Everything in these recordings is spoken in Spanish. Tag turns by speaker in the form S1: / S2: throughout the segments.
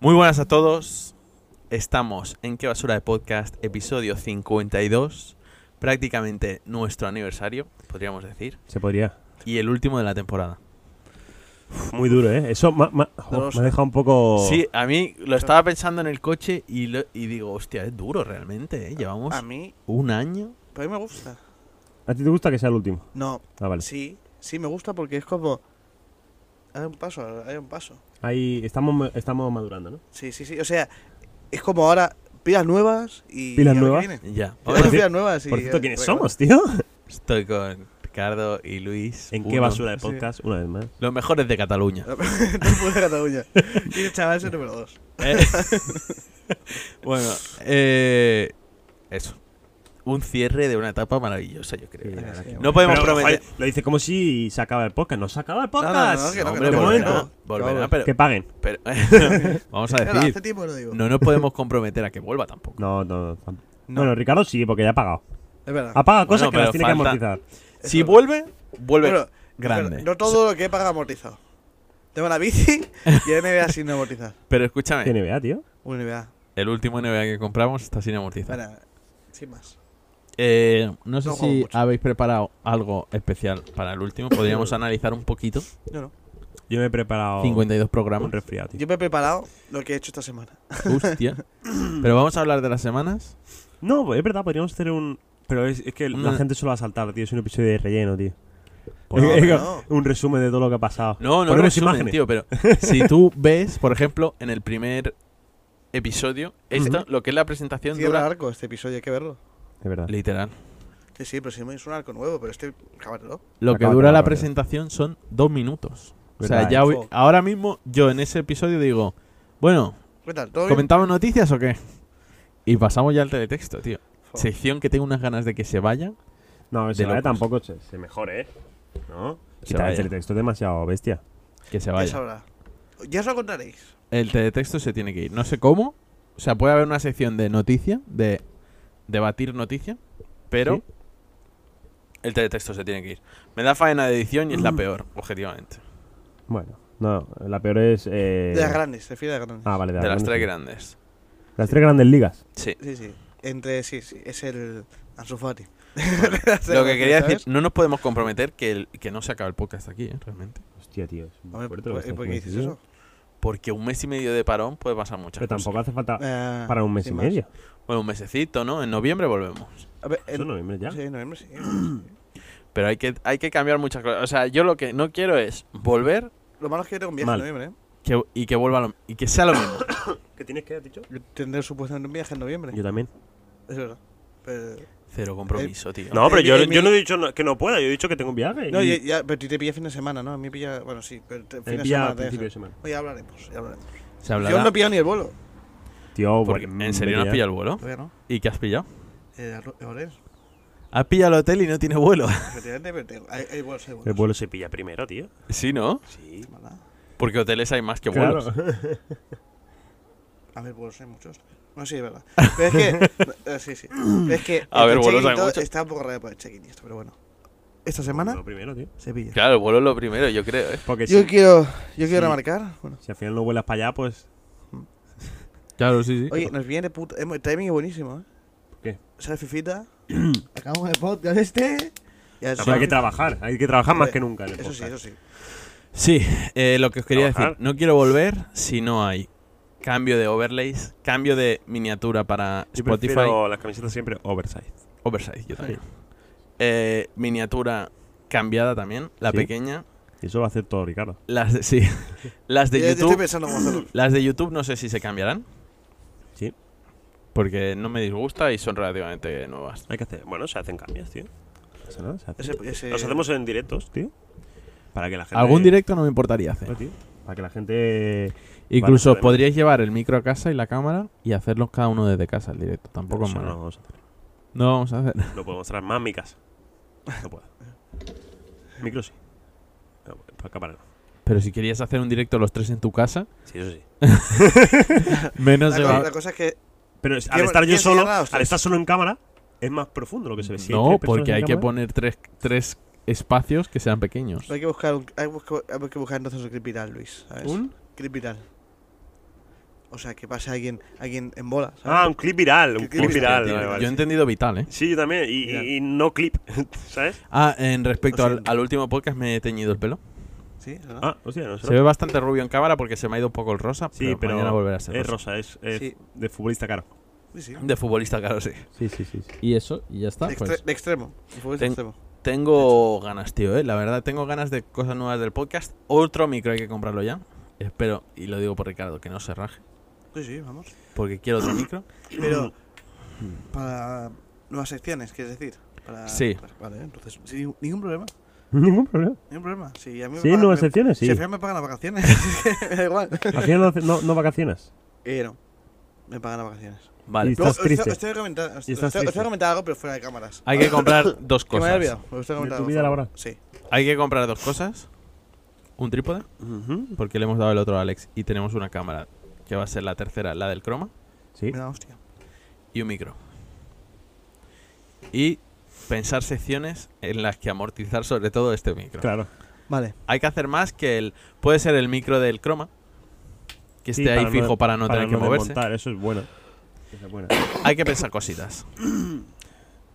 S1: Muy buenas a todos. Estamos en Qué Basura de Podcast, episodio 52. Prácticamente nuestro aniversario, podríamos decir.
S2: Se podría.
S1: Y el último de la temporada.
S2: Muy duro, ¿eh? Eso ma- ma- jo,
S3: No lo
S2: me
S3: sé.
S2: ha dejado un poco...
S1: Sí, a mí lo estaba pensando en el coche y, lo- y digo, hostia, es duro realmente, ¿eh? Llevamos
S2: Ah,
S3: A mí,
S1: un año.
S3: pero a mí me gusta.
S2: ¿A ti te gusta que sea el último?
S3: No,
S2: Ah, vale.
S3: sí, sí me gusta porque es como. Hay un paso, hay un paso.
S2: Ahí estamos, ma- estamos madurando, ¿no?
S3: Sí, sí, sí. O sea, es como ahora pilas nuevas y.
S2: ¿Pilas
S3: y a ver
S2: nuevas?
S3: qué viene.
S1: Ya.
S3: Ahora
S2: Por
S3: pilas nuevas y. eh,
S2: Por cierto, ¿quiénes
S3: bueno,
S2: somos, tío?
S1: Estoy con Ricardo y Luis.
S2: ¿En
S1: uno-
S2: qué basura de
S3: sí.
S2: podcast? Una vez más.
S1: Los mejores de Cataluña.
S3: no pude Cataluña. Y el chaval es el número 2.
S1: Eh, bueno, eh, eso. Un cierre de una etapa maravillosa, yo creo. ¿eh?
S2: Sí, la verdad
S3: sí.
S2: que
S1: No podemos
S2: Pero,
S1: prometer.
S2: joder, lo dice como si se acaba el podcast. ¡No se acaba el podcast!
S3: que
S1: Hombre,
S3: no, que no, que
S2: de
S1: volverá,
S2: momento.
S1: volverá, pero,
S2: Que paguen.
S1: pero- vamos a
S3: Claro, hace
S1: decir,
S3: tiempo que lo digo.
S1: no nos podemos comprometer a que vuelva tampoco.
S2: No, no, no. Ah.
S3: No.
S2: Bueno, Ricardo sí, porque ya ha pagado.
S3: Es verdad.
S2: Ha pagado
S1: Bueno,
S2: cosas que
S1: pero
S2: las tiene
S1: falta-
S2: que amortizar.
S1: Si vuelve, vuelve
S3: Bueno,
S1: grande.
S3: pero No todo lo que he pagado amortizado. Tengo la bici y NBA sin amortizar.
S1: Pero escúchame,
S2: Tiene NBA, tío.
S3: Un NBA.
S1: el último NBA que compramos está sin amortizar.
S3: Bueno, sin más.
S1: Eh, no sé
S3: No juego
S1: si
S3: mucho.
S1: habéis preparado algo especial para el último. Podríamos analizar un poquito.
S3: Yo no.
S2: Yo me he preparado
S1: 52 programas.
S2: un resfriado, tío.
S3: Yo me he preparado lo que he hecho esta semana.
S1: Hostia. Pero vamos a hablar de las semanas.
S2: No, pues es verdad, podríamos hacer un... Pero es, es que
S1: Una-
S2: la gente solo va a saltar, tío. Es un episodio de relleno, tío.
S1: Pues
S2: Es-
S3: no,
S2: es
S3: no.
S2: Un resumen de todo lo que ha pasado.
S1: No, no
S2: Ponemos
S1: resumen,
S2: imágenes.
S1: tío, pero si tú ves, por ejemplo, en el primer episodio, esto, lo que es la presentación
S3: Cierra
S1: dura...
S3: arco este episodio, hay que verlo.
S2: Es verdad.
S1: Literal.
S3: Sí, sí, pero si me es un arco nuevo, pero este, cábatelo.
S1: Lo que
S2: Acábatelo,
S1: dura la
S2: acábatelo.
S1: presentación son dos minutos. O sea,
S2: Verdad,
S1: ya
S2: eh.
S1: hoy- ahora mismo yo en ese episodio digo, bueno,
S3: ¿Qué tal? ¿Todo bien?
S1: ¿comentamos noticias o qué? Y pasamos ya al teletexto, tío.
S3: Jo.
S1: Sección que tengo unas ganas de que se vaya.
S2: No,
S1: De
S2: se vaya
S1: locos.
S2: tampoco se, se mejore, ¿eh? ¿No?
S1: Se
S2: Quitar el
S1: vaya,
S2: teletexto es demasiado bestia.
S1: que se
S3: Ya
S1: vaya.
S3: sabrá. Ya os lo contaréis.
S1: El teletexto se tiene que ir. No sé cómo. O sea, puede haber una sección de noticia, de debatir noticia, pero
S2: Sí.
S1: el teletexto se tiene que ir. Me da faena de edición y es la peor, objetivamente.
S2: Bueno, no, la peor es. Eh...
S3: De las grandes, se refiere a las grandes.
S2: Ah, vale, de,
S1: De
S2: las
S1: las
S2: grandes,
S1: tres
S2: sí.
S1: grandes.
S2: Las tres grandes ligas.
S1: Sí.
S3: Sí, sí. Entre, sí, sí. Es el Ansu Fati.
S1: Lo que quería
S3: ¿Sabes?
S1: decir, no nos podemos comprometer que, el- que no se acabe el podcast aquí, ¿eh? realmente.
S2: Hostia, tío. Es muy
S3: Hombre,
S2: fuerte lo
S3: ¿por-
S2: que estás
S3: ¿Por qué dices
S2: diciendo.
S3: eso?
S1: Porque un mes y medio de parón puede pasar muchas
S2: Pero
S1: cosas.
S2: tampoco hace falta
S3: Eh,
S2: para un mes y
S3: sin más.
S2: medio.
S1: Bueno, un mesecito, ¿no? En noviembre volvemos.
S3: A ver, en-
S2: Eso en noviembre ya.
S3: Sí, en noviembre sí.
S1: Pero hay que, hay que cambiar muchas cosas. O sea, yo lo que no quiero es volver
S3: Lo malo es que yo tengo un viaje
S2: Mal.
S3: en noviembre, ¿eh?
S1: que- y que vuelva lo- y que sea lo mismo.
S2: ¿Qué tienes que has dicho?
S3: Yo tendré supuestamente un viaje en noviembre.
S2: Yo también.
S3: Es verdad. Pero...
S1: Cero compromiso, tío.
S2: No, pero
S3: Eh,
S2: yo,
S3: eh,
S2: yo
S3: mi-
S2: no he dicho no- que no pueda, yo he dicho que tengo un viaje.
S3: No,
S2: Eh, y-
S3: ya, ya- pero a ti te pilla fin de semana, ¿no? A mí pilla... Bueno, sí, pero te-
S2: me
S3: fin de
S2: pilla a
S3: semana te
S2: principio de
S3: deja.
S2: semana.
S3: Oye, hablaremos, ya hablaremos.
S1: Se
S3: Yo
S1: hablará.
S3: no he pillado ni el vuelo.
S2: Tío,
S1: porque,
S2: bueno,
S1: ¿En serio no
S2: me
S1: has
S2: pilla.
S1: pillado el vuelo?
S3: Todavía no.
S1: ¿Y qué has pillado?
S3: Eh, a Ro- a Lorenz.
S1: Has pillado el hotel y no tiene vuelo.
S3: Efectivamente, pero tengo- hay, hay vuelos, hay vuelos.
S2: El vuelo se pilla primero, tío.
S1: Sí, ¿no?
S2: Sí.
S3: ¿Verdad?
S1: Porque hoteles hay más que
S2: Claro.
S1: vuelos.
S3: A ver, vuelos hay muchos. No, sí, es verdad. Pero es que. eh, sí, sí. Pero es que.
S1: A
S3: el
S1: ver,
S3: check-in
S1: vuelos
S3: y
S1: hay
S3: todo
S1: muchos.
S3: Está un poco raro por el check-in y esto, pero bueno. Esta
S2: Lo
S3: semana,
S2: primero, tío.
S3: Sevilla.
S1: Claro, el vuelo es lo primero, yo creo, ¿eh?
S2: Porque
S3: Yo
S2: si,
S3: quiero. Yo quiero
S2: Sí.
S3: remarcar. Bueno.
S2: si al final no vuelas para allá, pues.
S1: Claro, sí, sí.
S3: Oye, nos viene de puta. hemos- El timing es buenísimo, ¿eh?
S2: ¿Qué?
S3: Sale Fifita. Acabamos el podcast este. Ya
S2: Pero hay que trabajar, hay que trabajar más que nunca. en el
S3: Eh, Eso sí,
S2: podcast.
S3: eso sí.
S1: Sí, eh, lo que os quería decir,
S2: Trabajar.
S1: no quiero volver si no hay cambio de overlays, cambio de miniatura para
S2: Yo
S1: Spotify,
S2: prefiero las camisetas siempre oversize.
S1: oversize, yo también. Eh, miniatura cambiada también, la
S2: Sí.
S1: pequeña,
S2: Y eso lo hace todo Ricardo.
S1: las de, sí, las de
S3: Yo- yo estoy
S1: YouTube,
S3: pensando cómo hacerlo.
S1: las de YouTube no sé si se cambiarán.
S2: Sí.
S1: Porque no me disgusta y son relativamente nuevas.
S2: Hay que hacer. Bueno, se hacen cambios, tío. Eso no, se hace.
S3: Ese, pues, eh, ese,
S2: Los hacemos en directos, tío. Para que la gente.
S1: Algún directo no me importaría hacer.
S2: Claro, tío. Para que la gente.
S1: Incluso
S2: Vale, vale.
S1: podríais llevar el micro a casa y la cámara y hacerlos cada uno desde casa el directo. Tampoco es
S2: Eso no
S1: malo.
S2: lo vamos a hacer.
S1: No vamos a hacer.
S2: No puedo mostrar más mi casa. No puedo. Micro sí. No, para cámara no.
S1: Pero si querías hacer un directo los tres en tu casa,
S2: Sí, eso sí.
S1: menos
S3: la,
S1: se
S3: co-
S1: va.
S3: la cosa es que.
S2: Pero es- al
S3: ¿Quién-
S2: estar yo
S3: quién
S2: solo,
S3: cierra los
S2: al
S3: tres?
S2: estar solo en cámara, es más profundo lo que se ve. Si hay
S1: No,
S2: tres personas
S1: porque
S2: en
S1: hay que
S2: cámara-
S1: poner tres, tres espacios que sean pequeños.
S3: Hay que buscar, un, hay, que buscar, hay que buscar entonces un clip viral, Luis. ¿sabes?
S1: ¿Un?
S3: Clip viral. O sea, que pase alguien, alguien en bola. ¿sabes?
S2: Ah, un clip viral, un
S3: ¿Qué
S2: clip
S3: clip
S2: viral.
S1: Tío,
S2: vale, vale,
S1: yo he
S2: sí.
S1: entendido vital, ¿eh?
S2: Sí, yo también. Y, y-
S3: Viral.
S2: y no clip, ¿sabes?
S1: Ah, en respecto
S3: Lo
S1: al,
S3: siento.
S1: al último podcast me he teñido el pelo.
S3: Sí, ¿verdad?
S2: Ah, hostia, no sé.
S1: Se ve bastante rubio en cámara porque se me ha ido un poco el rosa.
S2: Sí, pero
S1: mañana volverá a ser
S2: es
S1: rosa.
S2: rosa, es, es
S3: Sí.
S2: de futbolista caro.
S3: Sí, sí.
S1: De futbolista, claro, sí.
S2: Sí, sí, sí. sí.
S4: Y eso, y ya está.
S3: de,
S4: Pues.
S3: extre- de extremo. de futbolista
S1: Ten-
S3: extremo.
S1: Tengo ganas, tío, ¿eh? La verdad, tengo ganas de cosas nuevas del podcast. Otro micro hay que comprarlo ya. Espero, y lo digo por Ricardo, que no se raje.
S3: Sí, sí, vamos.
S1: Porque quiero otro micro.
S3: Pero
S2: Hmm.
S3: para nuevas secciones, ¿quieres decir? Para-
S1: Sí.
S3: para- vale, entonces, sí, ningún problema.
S2: Ningún problema.
S3: Ningún problema. Sí, a mí me
S2: Sí,
S3: pagan-
S2: nuevas
S3: me-
S2: secciones, sí.
S3: Si al final me pagan las vacaciones, es que me da igual.
S2: Al final no, hace- no, no vacaciones.
S3: Eh, no, me pagan las vacaciones.
S1: Vale.
S2: Estás
S3: Luego, os tengo-
S2: triste.
S3: Os tengo que comentar, os-
S2: Y estás
S3: os tengo- os
S2: triste.
S3: tengo que comentar algo, pero fuera de cámaras.
S1: Hay que comprar dos
S3: Que me había
S1: cosas.
S3: olvidado. Me gusta comentar
S2: tu
S3: algo
S2: vida
S3: fuera.
S2: laboral.
S3: Sí.
S1: Hay que comprar dos cosas. Un trípode, porque le hemos dado el otro a Alex. Y tenemos una cámara, que va a ser la tercera, la del croma.
S2: Sí.
S3: Me da hostia.
S1: Y un micro. Y pensar secciones en las que amortizar sobre todo este micro.
S2: Claro.
S3: Vale.
S1: Hay que hacer más que el... Puede ser el micro del croma. Que
S2: Sí,
S1: esté ahí
S2: Este para no-
S1: fijo para no tener que moverse.
S2: desmontar, eso es bueno. Eso es bueno.
S1: Hay que pensar cositas.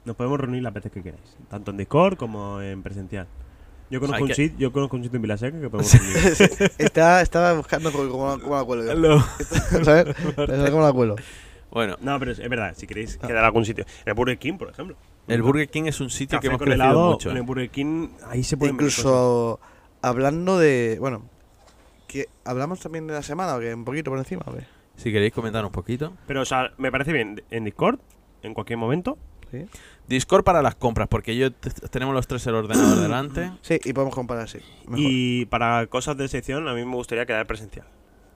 S2: Nos podemos reunir las veces que queráis, tanto en Discord como en presencial. Yo conozco
S1: Hay
S2: un
S1: que-
S2: sitio, yo conozco un sitio en Vilaseca que podemos reunir.
S3: Está, estaba buscando cómo, cómo, cómo la cuelo. ¿Sabes? ¿Sabes cómo la cuelo?
S1: Bueno,
S2: No, pero es, es verdad, si queréis
S3: Ah.
S2: quedar a algún sitio. En el Burger King, por ejemplo.
S1: el Burger King es un sitio que
S2: Café
S1: hemos
S2: con
S1: crecido
S2: helado,
S1: mucho.
S2: en el
S1: ¿eh?
S2: Burger King ahí se pueden ver cosas.
S3: Incluso
S2: pues,
S3: hablando de. Bueno, que ¿hablamos también de la semana o que un poquito por encima? o qué?
S1: Si queréis comentar un poquito.
S2: Pero o sea, me parece bien en Discord en cualquier momento.
S3: ¿Sí?
S1: Discord para las compras, porque yo t- tenemos los tres el ordenador delante.
S3: sí, y podemos comparar, sí. Mejor.
S2: Y para cosas de sección a mí me gustaría quedar presencial,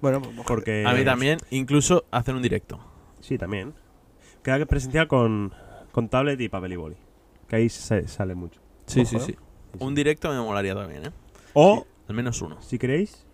S3: bueno, pues,
S2: porque
S1: A mí también, incluso hacer un directo.
S2: Sí, también. Quedar presencial con con tablet y papel y boli, que ahí se sale mucho.
S1: Sí,
S2: Ojo,
S1: sí,
S2: ¿eh?
S1: sí. Un directo me molaría también, ¿eh?
S2: O
S1: Al menos uno.
S2: Si queréis,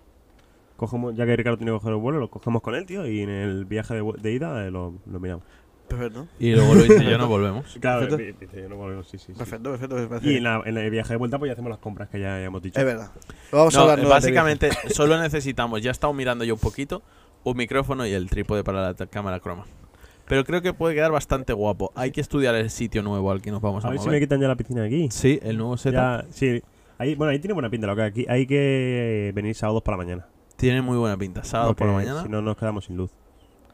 S2: cogemos, ya que Ricardo tiene que coger el vuelo, lo cogemos con él, tío, y en el viaje de, vu- de ida eh, lo, lo miramos.
S3: Perfecto.
S1: Y luego lo hice yo, nos volvemos.
S2: Claro,
S3: Perfecto.
S1: eh,
S2: no sí, sí.
S3: Perfecto, perfecto. me parece
S2: Y en,
S3: bien.
S2: la- en el viaje de vuelta, pues ya hacemos las compras que ya hemos dicho.
S3: Es verdad. Lo Vamos a
S1: No,
S3: hablar
S1: eh,
S3: luego de
S1: básicamente, solo necesitamos, ya he estado mirando yo un poquito, un micrófono y el trípode para la t- cámara croma. Pero creo que puede quedar bastante guapo. Hay que estudiar el sitio nuevo al que nos vamos
S2: a
S1: a,
S2: ver si me
S1: mover.
S2: quitan ya la piscina de aquí.
S1: Sí, el nuevo setup
S2: Ya, sí. Ahí, bueno, ahí tiene buena pinta, lo que aquí hay que venir sábados para la mañana.
S1: tiene muy buena pinta. Sábado por la
S2: Porque
S1: mañana.
S2: Si no, nos quedamos sin luz.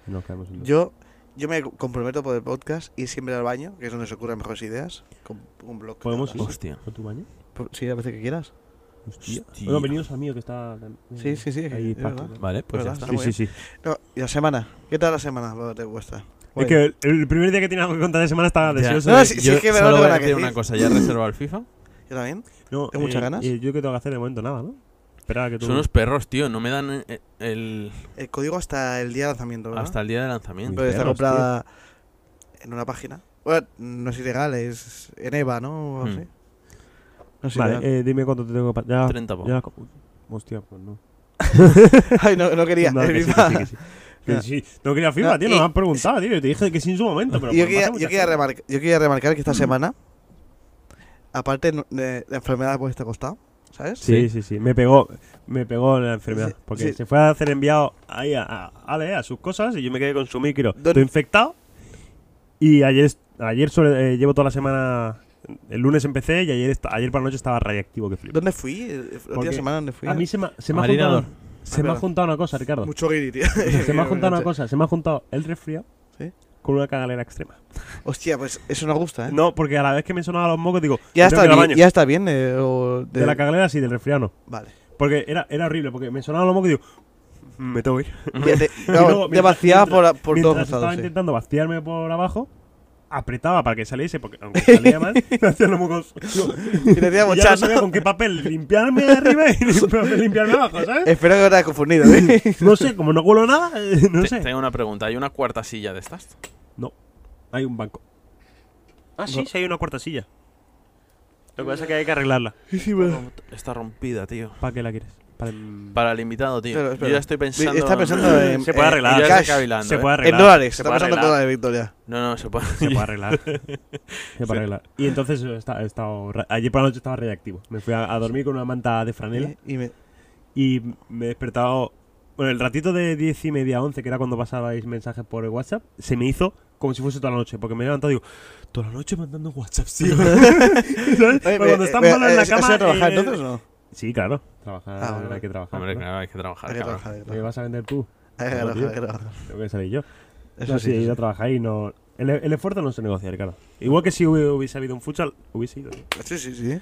S2: Nos quedamos sin luz.
S3: Yo, yo me comprometo por el podcast ir siempre al baño, que es donde se ocurren mejores ideas, con un blog. de
S2: ¿Podemos
S3: notas.
S1: Hostia.
S2: ¿Con tu baño?
S3: Por- Sí, a veces que quieras.
S2: Hostia.
S1: Hostia.
S2: Bueno, venidos a mío que está.
S3: Sí, sí, sí,
S2: Ahí
S3: es
S2: Paco.
S3: verdad.
S1: Vale, pues ya
S3: ¿Verdad?
S1: está.
S2: Sí, sí, sí.
S3: No, y la semana. ¿Qué tal la semana? Lo te cuesta.
S2: Es que el, el primer día que tiene algo que contar de semana
S1: Ya.
S2: está deseoso.
S3: No,
S2: de-
S3: sí,
S1: Yo
S3: es que me
S1: solo
S3: lo
S1: voy a
S3: van a
S1: decir una
S3: decir.
S1: cosa, ya he reservado el FIFA.
S3: ¿Yo también?
S2: No,
S3: ¿Tengo muchas ganas?
S2: eh, yo que tengo que hacer de momento nada, ¿no? Espera a que tú.
S1: Son unos perros, tío, no me dan eh, el
S3: El código hasta el día de lanzamiento, ¿verdad?
S1: hasta el día de lanzamiento.
S3: Pero está
S2: Perros,
S3: comprada en una página. Bueno, no es ilegal, es en EVA, ¿no? O
S1: Hmm.
S3: así. No es
S2: Vale,
S3: ilegal.
S2: eh, dime cuánto te tengo que pagar.
S1: 30 pavos.
S2: Ya, la co- Hostia, pues no.
S3: Ay, no, no quería.
S2: Nada,
S3: el
S2: eh, que sí,
S3: FIFA.
S2: que sí, que sí. Que
S3: Ya.
S2: sí. No quería firma,
S3: No,
S2: tío.
S3: y-
S2: Nos han preguntado, tío. Yo te dije que sí en su momento. Pero pues
S3: Y yo,
S2: me
S3: quería,
S2: pasa
S3: yo,
S2: muchas
S3: quería
S2: cosas.
S3: remarcar, yo quería remarcar que esta
S2: Hmm.
S3: semana, aparte no- de la enfermedad por este costado, ¿sabes?
S2: Sí, sí, sí. Me pegó, me pegó la enfermedad.
S3: Sí,
S2: Porque
S3: sí.
S2: se fue a hacer enviado ahí a, a Ale, a sus cosas, y yo me quedé con su micro.
S3: Don-
S2: Estoy infectado. Y ayer, est- ayer sobre- eh, llevo toda la semana. El lunes empecé y ayer, esta- ayer por la noche estaba radiactivo que flipa.
S3: ¿Dónde fui? Eh, La
S2: Porque
S3: última semana, ¿dónde fui?
S2: A mí se me, ha- se me ha
S1: Marinador.
S2: juntado. Se me ha
S3: Espera.
S2: juntado una cosa, Ricardo.
S3: Mucho guiri, tío.
S2: Pues Se me ha juntado una cosa, se me ha juntado el resfriado
S3: ¿Sí?
S2: con una cagalera extrema.
S3: Hostia, pues eso no gusta, ¿eh?
S2: No, porque a la vez que me sonaba los mocos digo,
S3: ya,
S2: "Me tengo
S3: está
S2: que ir al
S3: bien,
S2: baño".
S3: ya está bien. eh, o
S2: de la cagalera sí, del resfriado no.
S3: Vale.
S2: Porque era, era horrible, porque me sonaban los mocos y digo, "Mm, me tengo que ir.
S3: Ya te,
S2: Y
S3: claro,
S2: luego,
S3: te
S2: mientras-
S3: vaciaba
S2: mientras-
S3: por, por
S2: mientras
S3: todos
S2: estaba
S3: lados. sí.
S2: intentando vaciarme por abajo, apretaba para que saliese, porque aunque salía mal, me hacían los mocos. Digo,
S3: Y te hacía
S2: y ya no
S3: mochar,
S2: sabía
S3: ¿no?
S2: con qué papel limpiarme de arriba y limpiarme, limpiarme abajo, ¿sabes?
S3: Espero que no te hayas confundido, ¿eh?
S2: No sé, como no huelo nada, eh, no
S1: Te-
S2: sé.
S1: Tengo una pregunta, ¿hay una cuarta silla de estas?
S2: No, hay un banco. Ah, sí, sí hay una cuarta silla. Lo que pasa es que hay que arreglarla.
S1: Está rompida, tío.
S2: ¿Para qué la quieres? Para el-
S1: Para el invitado, tío.
S3: Espera, espera.
S1: Yo ya estoy pensando.
S3: Está pensando en.
S2: Se puede
S3: en-
S2: arreglar.
S3: en
S1: Ya
S3: cash.
S1: estoy cavilando,
S2: se
S1: ¿eh?
S2: puede
S3: En
S2: arreglar.
S3: dólares.
S2: se
S3: Está
S2: puede
S3: pasando con
S2: arreglar,
S3: la de Victoria.
S1: No, no, se puede.
S2: Se puede arreglar. Se puede arreglar. Y entonces he esta- he estado re- ayer por la noche estaba reactivo. Me fui a, a dormir con una manta de franela
S3: Y me.
S2: y me he despertado Bueno, el ratito de 10 y media a 11, que era cuando pasabais mensajes por WhatsApp, se me hizo como si fuese toda la noche. Porque me he levantado y digo, toda la noche mandando WhatsApp, tío. ¿Sabes? Pero cuando estás malo en la cama.
S3: ¿Vas a trabajar
S2: eh,
S3: entonces o no?
S2: Sí, claro. Trabajar,
S3: Ah, vale, vale.
S2: hay que trabajar.
S1: Hombre,
S2: claro.
S1: claro, hay que trabajar,
S3: Hay que
S1: cabrón.
S3: trabajar, hay que
S2: ¿Qué vas a vender tú?
S3: trabajar. Hay que
S2: tío.
S3: trabajar, hay que trabajar.
S2: Tengo que salir yo.
S3: Eso
S2: No,
S3: sí.
S2: ir
S3: eso
S2: a trabajar y no. El, el esfuerzo no se negocia, Ricardo. Igual que si hubi- hubiese habido un futsal, hubiese ido. tío.
S3: sí. Sí, sí, sí.
S2: Ya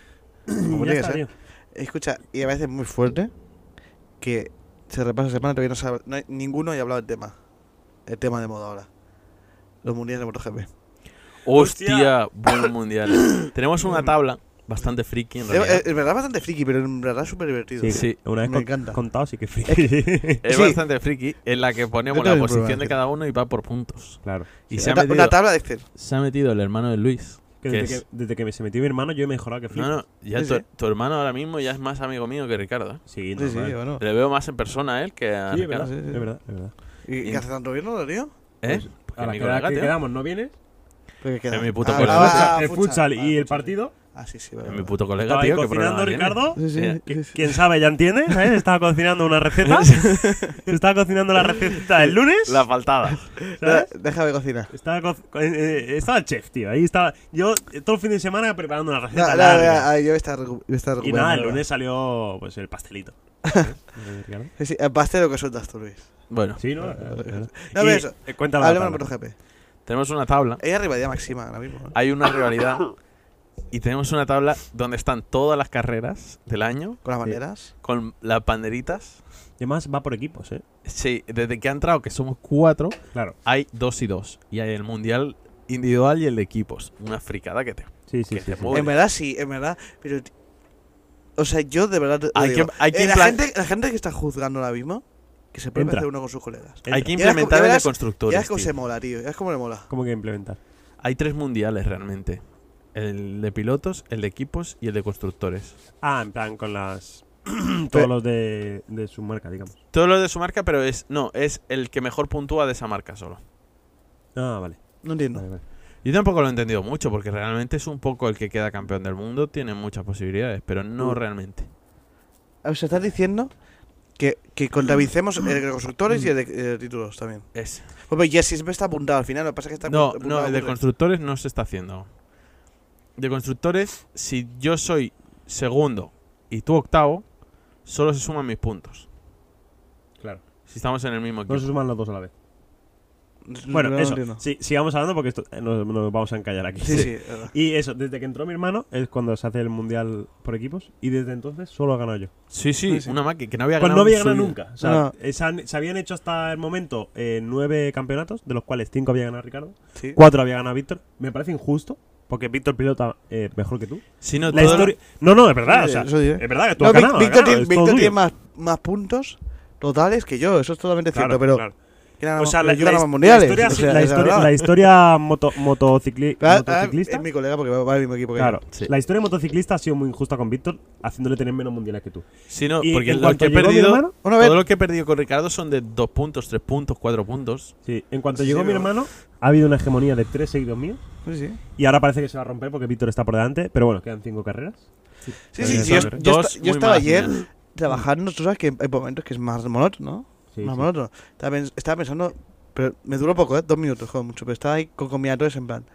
S3: Como tiene que
S2: está,
S3: ser.
S2: tío.
S3: Escucha, y a veces muy fuerte que se repasa la semana y todavía no sabe, no hay- ninguno haya hablado del tema. El tema de moda ahora. Los mundiales de MotoGP.
S1: Hostia, buen mundial. Tenemos una tabla bastante friki en
S3: Es,
S1: realidad.
S3: es- es Eh, verdad bastante friki, pero en verdad súper divertido.
S2: Sí,
S1: Sí,
S2: una vez
S3: me
S2: con-
S3: encanta.
S2: contado, sí que friki.
S1: Es
S3: sí.
S1: bastante friki en la que ponemos
S3: Yo
S1: la
S3: tengo el
S1: posición
S3: problema.
S1: de cada uno y va por puntos.
S2: claro.
S1: Y
S2: Sí.
S1: se, ha
S3: Una, ta-
S1: metido,
S3: una tabla de Excel.
S1: se ha metido el hermano de Luis.
S2: Que
S1: ¿Qué
S2: desde,
S1: es?
S2: que, desde que me- se metió mi hermano, yo he mejorado que flipas.
S1: No, no, ya
S3: Sí,
S1: tu,
S3: sí.
S1: tu hermano ahora mismo ya es más amigo mío que Ricardo. ¿eh?
S2: Sí,
S3: Sí, sí,
S2: normal.
S3: bueno.
S1: Le veo más en persona a él que a
S2: Sí, es
S1: Ricardo.
S2: verdad,
S3: sí, sí.
S2: es verdad, es verdad.
S3: ¿Y
S1: Y-
S3: qué hace tanto bien, no, tío?
S1: ¿Eh?
S2: Pues,
S1: Porque
S2: a la
S1: mi
S2: que-
S1: colega,
S2: que
S1: tío.
S2: quedamos, ¿no vienes?
S3: Pero que queda-
S1: En mi puto
S3: Ah,
S1: colegio.
S3: ah,
S2: el
S3: futsal,
S2: futsal
S3: ah,
S2: y el
S3: futsal.
S2: partido.
S3: Ah, sí, sí,
S1: Es
S3: verdad.
S1: mi puto colega,
S2: Estaba ahí
S1: tío. ¿qué problema
S2: cocinando,
S1: tiene?
S2: Ricardo.
S3: Sí, sí,
S1: Mira,
S3: sí, sí, sí.
S2: Quién sabe, ya entiende, ¿sabes? Estaba cocinando una receta. Estaba cocinando la receta el lunes.
S1: La faltada.
S3: Deja-
S2: ¿sabes?
S3: Déjame cocinar.
S2: Estaba, co- eh, eh, estaba el chef, tío. Ahí estaba. Yo eh, todo el fin de semana preparando una receta.
S3: No, no,
S2: larga.
S3: no, ah, yo voy a estar recu- voy a
S2: y
S3: estar
S2: nada, el
S3: recuperando.
S2: lunes salió pues el pastelito.
S3: Sí, sí, el pastel lo que sueltas tú, Luis.
S1: Bueno,
S2: sí, ¿no?
S3: No, pero eso,
S2: Y, eh, cuéntalo.
S3: Hablemos de
S2: Pablo.
S3: MotoGP.
S1: tenemos una tabla.
S3: Ella es rivalidad máxima ahora mismo. ¿eh? ¿no?
S1: Hay una rivalidad. Y tenemos una tabla donde están todas las carreras del año
S3: Con las banderas.
S1: con las banderitas.
S2: Y además va por equipos, ¿eh?
S1: Sí, desde que ha entrado, que somos cuatro,
S2: Claro.
S1: hay dos y dos. Y hay el mundial individual y el de equipos. Una fricada que te.
S2: Sí, sí,
S1: Que
S2: sí.
S1: te
S2: sí.
S1: mueve.
S3: En verdad sí, en verdad. Pero. t- O sea, yo de verdad. te- te
S1: Hay que-
S3: digo,
S1: hay que
S3: eh, la,
S1: implan-
S3: gente, la gente que está juzgando ahora mismo. Que se puede
S2: Entra.
S3: hacer uno con sus colegas.
S2: Entra.
S1: Hay que
S3: Ya verás
S1: implementar
S3: cómo-
S1: el de
S3: ya verás- ya
S1: constructores.
S3: es como
S1: tío.
S3: se mola, tío. Ya es como le mola.
S2: ¿Cómo que implementar?
S1: Hay tres mundiales realmente. El de pilotos, el de equipos y el de constructores.
S2: Ah, en plan con las.
S3: Pero-
S2: Todos los de, de su marca, digamos.
S1: Todo lo de su marca, pero es. No, es el que mejor puntúa de esa marca solo.
S2: Ah, vale.
S3: No entiendo.
S2: vale, vale.
S1: Yo tampoco lo he entendido mucho, porque realmente es un poco el que queda campeón del mundo, tiene muchas posibilidades, pero no
S2: Mm.
S1: realmente.
S3: O sea, Ah, pues estás diciendo. Que, que
S2: Mm.
S3: contabilicemos el de constructores y el de, eh, títulos también.
S1: Es.
S3: Pues, Pues ya siempre está apuntado al final, lo que pasa es que está
S1: No,
S3: apuntado
S1: no, el de
S3: apuntado.
S1: constructores no se está haciendo. De constructores, si yo soy segundo y tú octavo, solo se suman mis puntos.
S2: Claro.
S1: Si estamos en el mismo
S2: No se
S1: equipo.
S2: suman los dos a la vez.
S3: No,
S2: Bueno,
S3: no
S2: eso.
S3: entiendo.
S2: Sí, sigamos hablando porque esto, eh, nos, nos vamos a encallar aquí.
S3: Sí, sí. es verdad.
S2: Y eso, desde que entró mi hermano es cuando se hace el mundial por equipos y desde entonces solo ha ganado yo.
S1: Sí, sí,
S3: Sí, sí.
S1: una máquina que no había
S2: Pues
S1: ganado.
S2: no había
S1: en
S2: ganado
S1: su vida.
S2: nunca. O sea,
S3: No.
S2: eh, se, han- se habían hecho hasta el momento eh, nueve campeonatos, de los cuales cinco había ganado Ricardo,
S3: Sí.
S2: cuatro había ganado Víctor. Me parece injusto, porque Víctor pilota eh, mejor que tú.
S1: Sí, no,
S2: La
S1: todo lo-
S2: historia... No, no, es verdad. o
S3: Sí,
S2: sea,
S3: eso diré.
S2: es verdad que tú
S3: No,
S2: has
S3: Vic-
S2: ganado. has
S3: Víctor
S2: ganado,
S3: tiene,
S2: es todo
S3: Víctor
S2: tuyo.
S3: tiene más, más puntos totales que yo, eso es totalmente
S2: Claro,
S3: cierto, pero
S2: claro.
S3: que nada
S2: O
S3: más-
S2: sea, la,
S3: yo
S2: la
S3: ganaba
S2: his-
S3: mundiales,
S2: la historia,
S3: o sea,
S2: la
S3: es la
S2: historia,
S3: verdad.
S2: la historia moto- motocicli-
S3: Ah, ah,
S2: motociclista.
S3: Es mi colega porque va va al mismo equipo que
S2: Claro,
S3: yo.
S1: Sí.
S2: la historia motociclista ha sido muy injusta con Víctor, haciéndole tener menos mundiales que tú.
S1: Sí, no,
S2: Y
S1: porque lo
S2: en cuanto
S1: que he
S2: llegó mi
S1: perdido.
S2: hermano-
S3: Una vez-
S1: Todo lo que he perdido con Ricardo son de dos puntos, tres puntos, cuatro puntos.
S2: Sí, en cuanto
S3: Sí,
S2: llegó mi
S3: pero-
S2: hermano, ha habido una hegemonía de tres seguidos míos.
S3: Sí, sí.
S2: Y ahora parece que se va a romper porque Víctor está por delante. Pero bueno, quedan cinco carreras.
S3: Sí,
S2: Pero
S3: sí,
S2: ya
S3: sí, yo,
S2: sabes.
S3: yo
S1: Dos
S3: esta- yo
S1: muy
S3: estaba
S1: malas
S3: ayer
S1: mías.
S3: trabajando, tú sabes que hay momentos que es más monótono, ¿no?
S2: Sí,
S3: más
S2: sí.
S3: monótono. Estaba, pens- estaba pensando, pero me duró poco, ¿eh? Dos minutos, joder, mucho, pero estaba ahí con combinatorios en plan.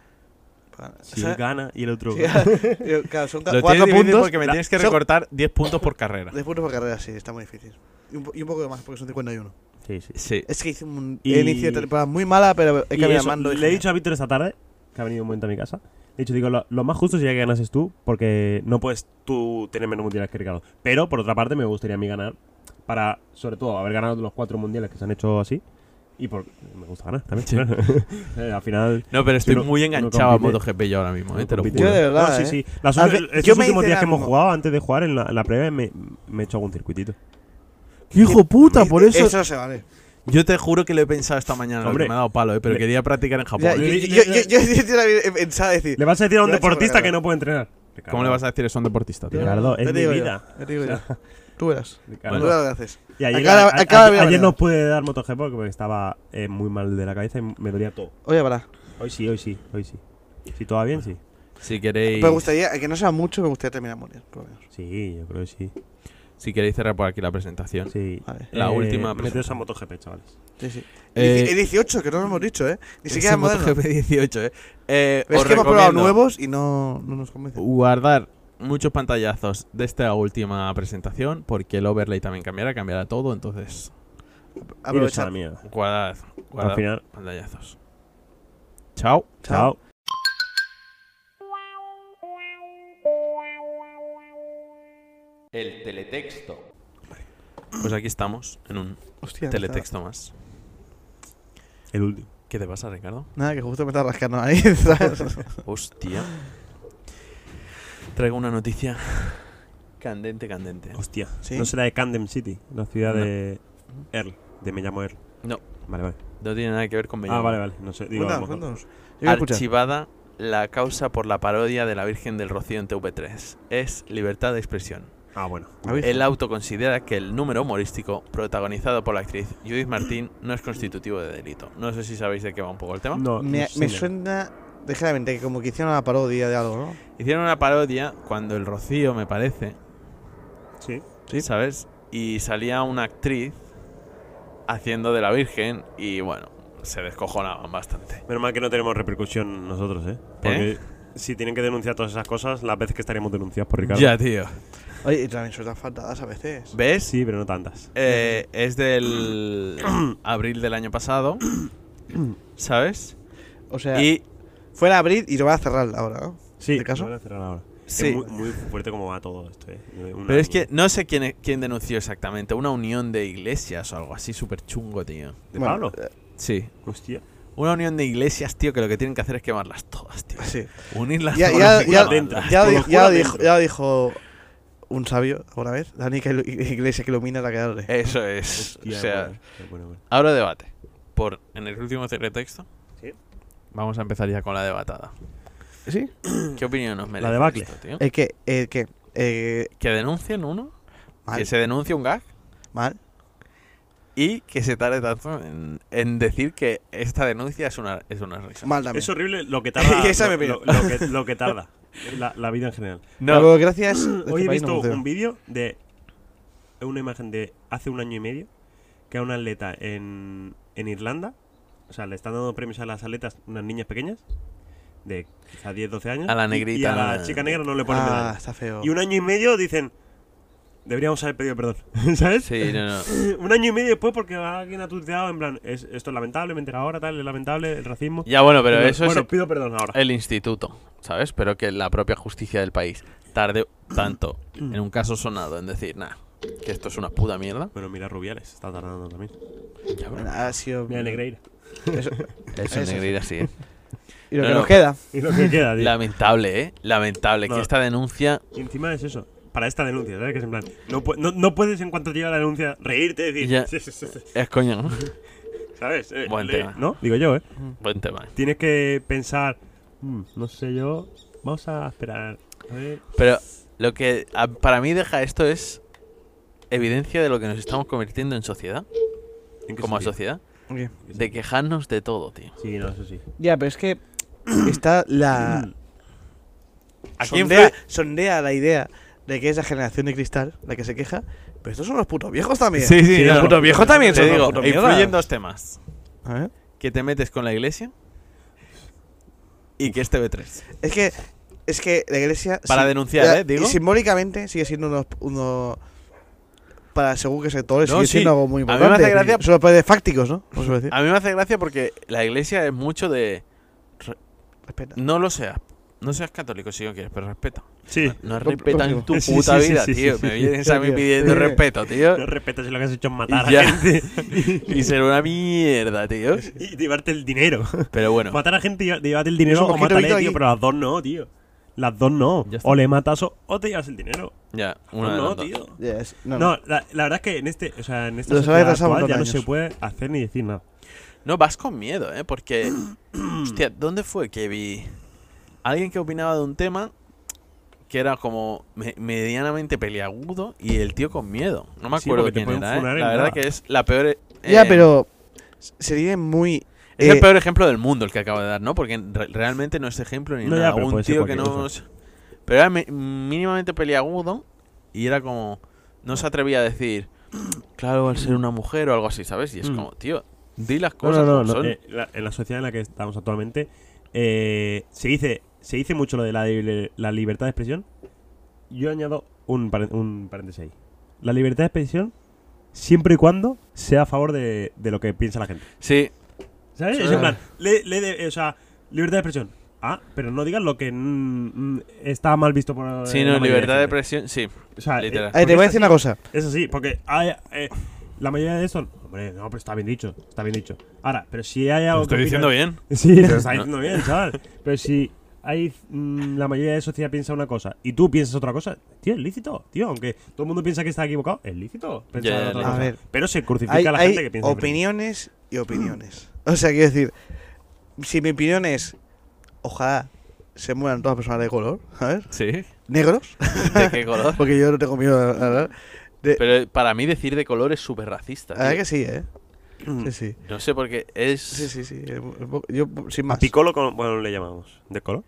S3: para-
S2: Si
S3: o sea,
S2: él gana y el otro.
S3: sí,
S2: gana.
S3: yo- claro, son ca-
S1: Lo
S3: cuatro
S1: tienes
S3: puntos.
S1: puntos porque me
S2: la-
S1: tienes que
S3: son-
S1: recortar 10 puntos por carrera.
S3: Diez puntos por carrera, sí, está muy difícil. Y un, po- y un poco más, porque son 51.
S2: Sí, sí.
S1: Sí.
S3: Es que hice un
S2: Y-
S3: inicio de temporada muy mala, pero es
S2: Y
S3: que me
S2: eso,
S3: mando.
S2: le he dicho a Víctor esta tarde, que ha venido un momento a mi casa. Le he dicho, digo, lo, lo más justo sería que ganases tú, porque no puedes tú tener menos mundiales que Ricardo. Pero por otra parte, me gustaría a mí ganar. Para, sobre todo, haber ganado los cuatro mundiales que se han hecho así. Y por, me gusta ganar también.
S1: Sí.
S2: claro. Eh, Al final.
S1: No, pero estoy
S2: uno-
S1: muy
S2: uno
S1: enganchado a
S2: compite-
S1: MotoGP yo ahora mismo, eh, te lo
S2: compite.
S1: juro.
S3: Yo de verdad,
S2: No,
S3: ¿eh?
S2: sí, sí. Las,
S3: A ver,
S2: estos
S3: yo me
S2: últimos
S3: hice
S2: días que
S3: la
S2: hemos
S3: mo-
S2: jugado, antes de jugar en la, en la previa, me, me he hecho algún circuitito.
S1: hijo puta! Por eso.
S3: Eso no se vale.
S1: Yo te juro que lo he pensado esta mañana, lo que
S2: Hombre.
S1: me ha dado palo, eh, pero
S2: Le-
S1: quería practicar en Japón.
S3: Ya, yo,
S2: le-
S3: yo,
S2: le-
S3: yo- yo- yo también pensaba decir.
S2: Le vas a decir a un
S3: Lo he hecho por
S2: deportista que
S3: ganar.
S2: no puede entrenar.
S1: ¿Cómo le vas a decir eso a un deportista, tío?
S2: Ya. Ricardo, es
S3: Ya te
S2: mi
S3: digo yo,
S2: vida.
S3: ya te digo yo. Tú verás.
S2: Ricardo.
S3: Tú verás lo que haces.
S2: Y ayer,
S3: Acaba-
S2: a- a-
S3: acaba de
S2: ayer
S3: hablar.
S2: no pude dar MotoGP porque estaba eh, muy mal de la cabeza y me dolía todo.
S3: Oye, para.
S2: Hoy sí, hoy sí, hoy sí. Si todo va bien, sí.
S1: Si queréis.
S2: Eh,
S3: Me gustaría, que no sea mucho, me gustaría terminar muy bien. por lo menos.
S2: Sí, yo creo que sí.
S1: Si queréis cerrar por aquí la presentación.
S2: Sí. Eh,
S3: Vale.
S1: La última
S2: Meteos a MotoGP, chavales.
S3: Sí, sí.
S1: Eh,
S3: y dieci- y 18, que no lo hemos dicho, ¿eh? Ni
S1: Ese
S3: siquiera es moderno.
S1: MotoGP 18, ¿eh? Eh,
S3: Es
S1: os
S3: que hemos probado
S1: recomiendo
S3: nuevos y no, no nos convence.
S2: Uh,
S1: Guardar muchos pantallazos de esta última presentación porque el overlay también cambiará, cambiará todo, entonces
S2: Iros a
S3: Aprovechar.
S2: la mierda.
S1: guardad,
S2: Al
S1: guardad
S2: final,
S1: pantallazos. Chao.
S2: chao.
S3: Chao.
S4: El teletexto.
S1: Pues aquí estamos en un
S3: Hostia, me
S1: teletexto más.
S2: El último.
S1: ¿Qué te pasa, Ricardo?
S3: está- Nada, que justo me está rascando ahí, ¿sabes?
S1: Hostia. Traigo una noticia candente, candente.
S2: Hostia.
S3: Sí.
S2: No será de Camden City, la ciudad
S1: No.
S2: de Earl. De Me llamo Earl.
S1: No.
S2: Vale, vale.
S1: No tiene nada que ver con
S2: Ah,
S1: Benjamin.
S2: vale, vale. No sé. Digo, a lo
S3: Cuéntanos,
S2: mejor.
S3: cuéntanos. Yo quiero escuchar.
S1: Archivada la causa por la parodia de la Virgen del Rocío en TV3. Es libertad de expresión.
S2: Ah, bueno.
S3: A ver.
S1: El auto considera que el número humorístico protagonizado por la actriz Judith Martín no es constitutivo de delito. No sé si sabéis de qué va un poco el tema.
S2: No,
S3: Me,
S2: no sé.
S3: me suena ligeramente que como que hicieron una parodia de algo, ¿no?
S1: Hicieron una parodia cuando el Rocío, me parece,
S2: Sí.
S3: Sí.
S1: ¿sabes? Y salía una actriz haciendo de la Virgen y bueno, se descojonaban bastante.
S2: Menos mal que no tenemos repercusión nosotros, ¿eh? Porque si tienen que denunciar todas esas cosas, las veces que estaríamos denunciados por Ricardo.
S1: Ya, tío.
S3: Oye, y también son tan faltadas a veces.
S1: ¿Ves?
S2: Sí, pero no tantas.
S1: Eh, es del abril del año pasado, ¿sabes?
S3: O sea,
S1: Y
S3: fuera a abrir y lo van a cerrar ahora, ¿no?
S2: Sí,
S3: ¿De caso?
S2: lo van a cerrar ahora.
S1: sí,
S2: Es muy, muy fuerte como va todo esto, ¿eh? Una-
S1: pero es que no sé quién, quién denunció exactamente, una unión de iglesias o algo así, súper chungo, tío.
S2: ¿De
S3: Bueno,
S2: Pablo?
S3: eh,
S1: Sí,
S2: Hostia.
S1: una unión de iglesias, tío, que lo que tienen que hacer es quemarlas todas, tío.
S3: sí.
S1: Unirlas
S3: Ya,
S1: todas.
S3: ya,
S1: en
S3: ya-
S1: una
S2: dentro.
S1: banda.
S3: ya
S2: Con
S3: di-
S2: los
S3: ya
S2: curas
S3: dijo,
S2: dentro.
S3: ya dijo un sabio alguna vez. La única ilu- iglesia que ilumina es la que arde.
S2: Eh,
S1: Eso es.
S2: Hostia,
S1: o sea,
S2: bueno, bueno, bueno.
S1: Ahora debate. Por en el último texto.
S2: Sí.
S1: Vamos a empezar ya con la debatada.
S3: ¿Sí? Eh.
S1: ¿Qué opinión nos merece?
S2: debacle.
S1: esto, tío?
S3: El que, el que, eh,
S1: Que denuncien uno,
S3: mal,
S1: que se denuncie un gag
S3: mal.
S1: y que se tarde tanto en, en decir que esta denuncia es una, es una risa.
S3: Mal también.
S2: Es horrible lo que tarda.
S3: Esa
S2: lo,
S3: me pilló.
S2: lo- lo que, lo que tarda. La, la vida en general.
S3: La
S1: No,
S3: burocracia es. de este
S2: Hoy he
S3: país no
S2: visto
S3: funciona.
S2: un vídeo de una imagen de hace un año y medio que a una atleta en, en Irlanda, o sea, le están dando premios a las atletas, unas niñas pequeñas, de quizá 10, 12 años.
S1: A la
S2: y- Y,
S1: negrita,
S2: a la
S1: ¿no?
S2: chica negra no le ponen
S3: Ah,
S2: medalla.
S3: está feo.
S2: Y un año y medio dicen, deberíamos haber pedido perdón, ¿sabes?
S1: sí, no, no.
S2: Un año y medio después porque alguien ha tuiteado en plan, "Es- esto es lamentable, me he enterado ahora, tal, es lamentable, el racismo.
S1: Ya bueno, pero
S2: Bueno,
S1: eso
S2: bueno,
S1: es
S2: pido perdón ahora.
S1: el, Eh. el instituto, ¿sabes? Pero que la propia justicia del país tarde tanto en un caso sonado en decir, nah, que esto es una puta mierda.
S2: Bueno, mira Rubiales, está tardando también.
S1: Ya, bueno,
S3: Ha sido.
S2: Mira Negreira.
S3: Eso-
S1: Eso,
S3: Eso sí.
S1: negrita, sí. ¿eh?
S3: Y lo
S1: No,
S3: que
S1: no.
S3: nos queda.
S2: Y lo que queda, tío.
S1: Lamentable, ¿eh? Lamentable
S2: No.
S1: que esta denuncia
S2: Y encima es eso. Para esta denuncia, ¿sabes? Que es en plan. No, pu- no, no puedes, en cuanto te llega la denuncia, reírte y decir.
S1: Ya.
S2: "Sí, sí, sí, sí",
S1: es coño. ¿no?
S2: ¿Sabes? Eh,
S1: Buen
S2: le-
S1: tema.
S2: ¿No? Digo yo, ¿eh?
S1: Buen tema.
S2: Tienes que pensar. "Mm, no sé yo. Vamos a esperar. A ver.
S1: Pero lo que a- para mí deja esto es evidencia de lo que nos estamos convirtiendo en sociedad,
S2: ¿En qué
S1: como
S2: sentido?
S1: sociedad,
S3: Ok.
S1: de quejarnos de todo, tío.
S2: Sí, no, eso sí.
S3: Ya, pero es que está la.
S1: ¿A quién
S3: sondea,
S1: fue?
S3: sondea la idea de que es la generación de cristal la que se queja. Pero estos son los putos viejos también.
S2: Sí, no,
S1: los
S2: los putos
S1: viejos también
S3: son
S1: te
S3: unos
S1: digo,
S3: putos mierdas.
S1: influyen dos temas.
S3: A ver.
S1: Que te metes con la iglesia y que es TV3.
S3: Es que. Es que la iglesia.
S1: Para
S3: sí,
S1: denunciar,
S3: ya,
S1: ¿eh? Digo.
S3: Y simbólicamente sigue siendo uno. uno- para según qué sectores
S1: No,
S3: sigue
S1: sí.
S3: siendo algo muy
S1: A mí me
S3: importante.
S1: hace gracia-
S3: Solo puede fácticos, ¿no? Vamos a decir.
S1: A mí me hace gracia porque la iglesia es mucho de...
S3: Respeta.
S1: No lo seas. No seas católico si no quieres, pero respeta.
S2: Sí.
S1: No
S3: Lo-
S1: respetan
S3: lo-
S1: tu
S2: Sí,
S1: puta
S2: sí, sí,
S1: vida,
S2: sí,
S1: tío.
S2: sí,
S1: Me
S2: sí.
S1: vienes a mí
S3: Sí,
S1: pidiendo
S3: sí.
S1: respeto, tío.
S2: No respetas lo que has hecho en matar
S1: Ya.
S2: a gente
S1: Y ser una mierda, tío.
S2: y llevarte el dinero.
S1: Pero bueno.
S2: Matar a gente y lle- llevarte el dinero
S3: Eso,
S2: o
S3: mojito,
S2: matarle,
S3: mojito
S2: tío,
S3: aquí.
S2: pero las dos no, tío. Las dos no.
S1: Ya está.
S2: O le matas o, o te llevas el dinero.
S1: Ya, una de
S2: No,
S1: las dos.
S2: tío.
S3: Yes. No, no.
S2: No, la, la verdad es que en este, o sea, en esta
S3: Los
S2: sociedad
S3: habéis retrasado
S2: actual ya no
S3: unos
S2: se
S3: años.
S2: puede hacer ni decir nada.
S1: No, vas con miedo, ¿eh? Porque... hostia, ¿dónde fue que vi? Alguien que opinaba de un tema que era como me- medianamente peliagudo y el tío con miedo. No me
S2: Sí,
S1: acuerdo
S2: porque
S1: quién
S2: te pueden
S1: era, ¿eh?
S2: funar en
S1: La verdad
S2: nada.
S1: que es la peor... eh,
S3: Ya, pero. s- Sería muy.
S1: Es
S3: eh,
S1: el peor ejemplo del mundo el que acabo de dar, ¿no? Porque re- realmente no es ejemplo ni
S2: No, ya,
S1: nada.
S2: pero
S1: Un
S2: puede ser
S1: tío que
S2: cualquier
S1: no... Pero era mi- mínimamente peliagudo y era como... no se atrevía a decir, claro, al ser una mujer o algo así, ¿sabes? Y es
S2: Mm.
S1: como, tío, di las
S2: No,
S1: cosas
S2: no, no.
S1: como
S2: no,
S1: son.
S2: eh, la- en la sociedad en la que estamos actualmente eh, se, dice, se dice mucho lo de la, libre- la libertad de expresión. Yo añado un, paren- un paréntesis ahí. La libertad de expresión siempre y cuando sea a favor de, de lo que piensa la gente.
S1: Sí,
S2: ¿Sabes?
S1: Sí.
S2: Es en plan, le, le de- o sea, libertad de expresión. Ah, pero no digas lo que mm, mm, está mal visto por. eh,
S1: sí,
S2: la
S1: no,
S2: mayoría
S1: libertad de
S2: gente.
S1: expresión, sí.
S2: O sea, eh,
S1: literal.
S3: Ay, te voy a decir una cosa.
S2: eso sí, porque hay, eh, la mayoría de eso. Hombre, no, pero está bien dicho. Está bien dicho. Ahora, pero si hay
S1: Lo
S2: algo.
S1: estoy
S2: que
S1: diciendo
S2: opinas-
S1: bien.
S2: Sí, lo está diciendo bien, chaval. Pero si hay, mm, la mayoría de sociedad piensa una cosa y tú piensas otra cosa, tío, es lícito. Tío, aunque todo el mundo piensa que está equivocado, es lícito. pensar
S1: Ya, ya,
S2: otra
S1: ya.
S2: cosa.
S3: A ver,
S2: pero se crucifica
S3: Hay,
S2: a la
S3: hay
S2: gente que piensa. diferente.
S3: opiniones y opiniones. O sea, quiero decir, si mi opinión es, ojalá se mueran todas las personas de color, ¿sabes?
S1: Sí.
S3: Negros,
S1: ¿De qué color?
S3: porque yo no tengo miedo a hablar. De,
S1: Pero para mí decir de color es súper racista.
S3: la
S2: Ah,
S3: verdad
S1: tío.
S3: que sí, ¿eh? Sí, sí.
S1: No sé por qué es...
S3: Sí, sí, sí. eh, un poco- Yo, sin
S2: A
S3: más.
S2: Piccolo, con- bueno, le llamamos. ¿De color?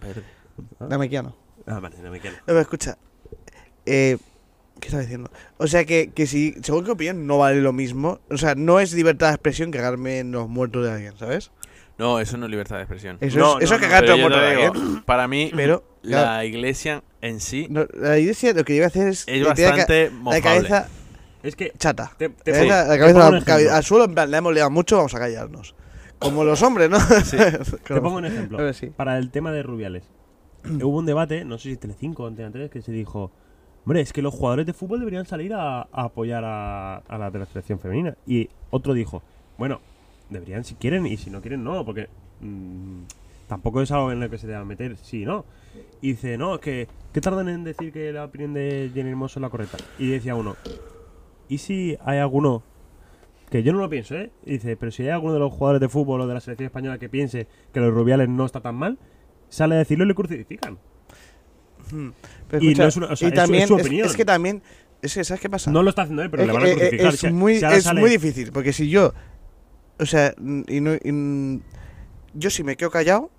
S1: Verde.
S3: Namekiano.
S2: Ah, vale, no me queda.
S3: No, pero escucha. Eh, ¿Qué estaba diciendo? O sea, que, que si, según qué opinión, no vale lo mismo. O sea, no es libertad de expresión cagarme en los muertos de alguien, ¿sabes?
S1: No, eso no es libertad de expresión.
S3: Eso
S2: No,
S3: es, eso
S2: no,
S3: es
S2: no,
S3: cagarte en
S1: Pero
S3: los
S1: yo te
S3: muertos de alguien.
S1: digo, para mí,
S3: ¿eh? Pero, claro.
S1: la iglesia en sí
S3: No, la iglesia lo que iba a hacer es.
S1: es
S3: que tiene la ca-
S1: bastante
S3: La
S1: mofable.
S3: cabeza
S2: Es que.
S3: chata.
S2: Te,
S3: La
S2: te pongo-
S3: cabeza, la
S2: te
S3: cabeza
S2: pongo un
S3: al-
S2: ejemplo.
S3: al suelo, en plan, la hemos liado mucho, vamos a callarnos. Como los hombres, ¿no?
S2: Te pongo un ejemplo.
S3: A ver, sí.
S2: Para el tema de Rubiales. Hubo un debate, no sé si Telecinco o Antena 3, que se dijo... Hombre, es que los jugadores de fútbol deberían salir a, a apoyar a, a la de la selección femenina. Y otro dijo, bueno, deberían si quieren y si no quieren no, porque mm, tampoco es algo en lo que se deba meter, sí, no. Y dice, no, es que, ¿qué tardan en decir que la opinión de Jenny Hermoso es la correcta? Y decía uno, ¿y si hay alguno que yo no lo pienso, ¿eh? Y dice, pero si hay alguno de los jugadores de fútbol o de la selección española que piense que los rubiales no está tan mal, sale a decirlo y le crucifican.
S3: Hmm. Pero
S2: Y
S3: escucha,
S2: no es una- o sea,
S3: y
S2: es su- es
S3: también,
S2: su opinión.
S3: que también. Es que, ¿sabes qué pasa?
S2: No lo está haciendo él, pero
S3: Es
S2: le
S3: que,
S2: van a
S3: eh, eh,
S2: crucificar.
S3: Es,
S2: Si-
S3: muy,
S2: si ahora
S3: es
S2: sale-
S3: muy difícil, porque si yo. O sea, n- y no, y n- yo si me quedo callado,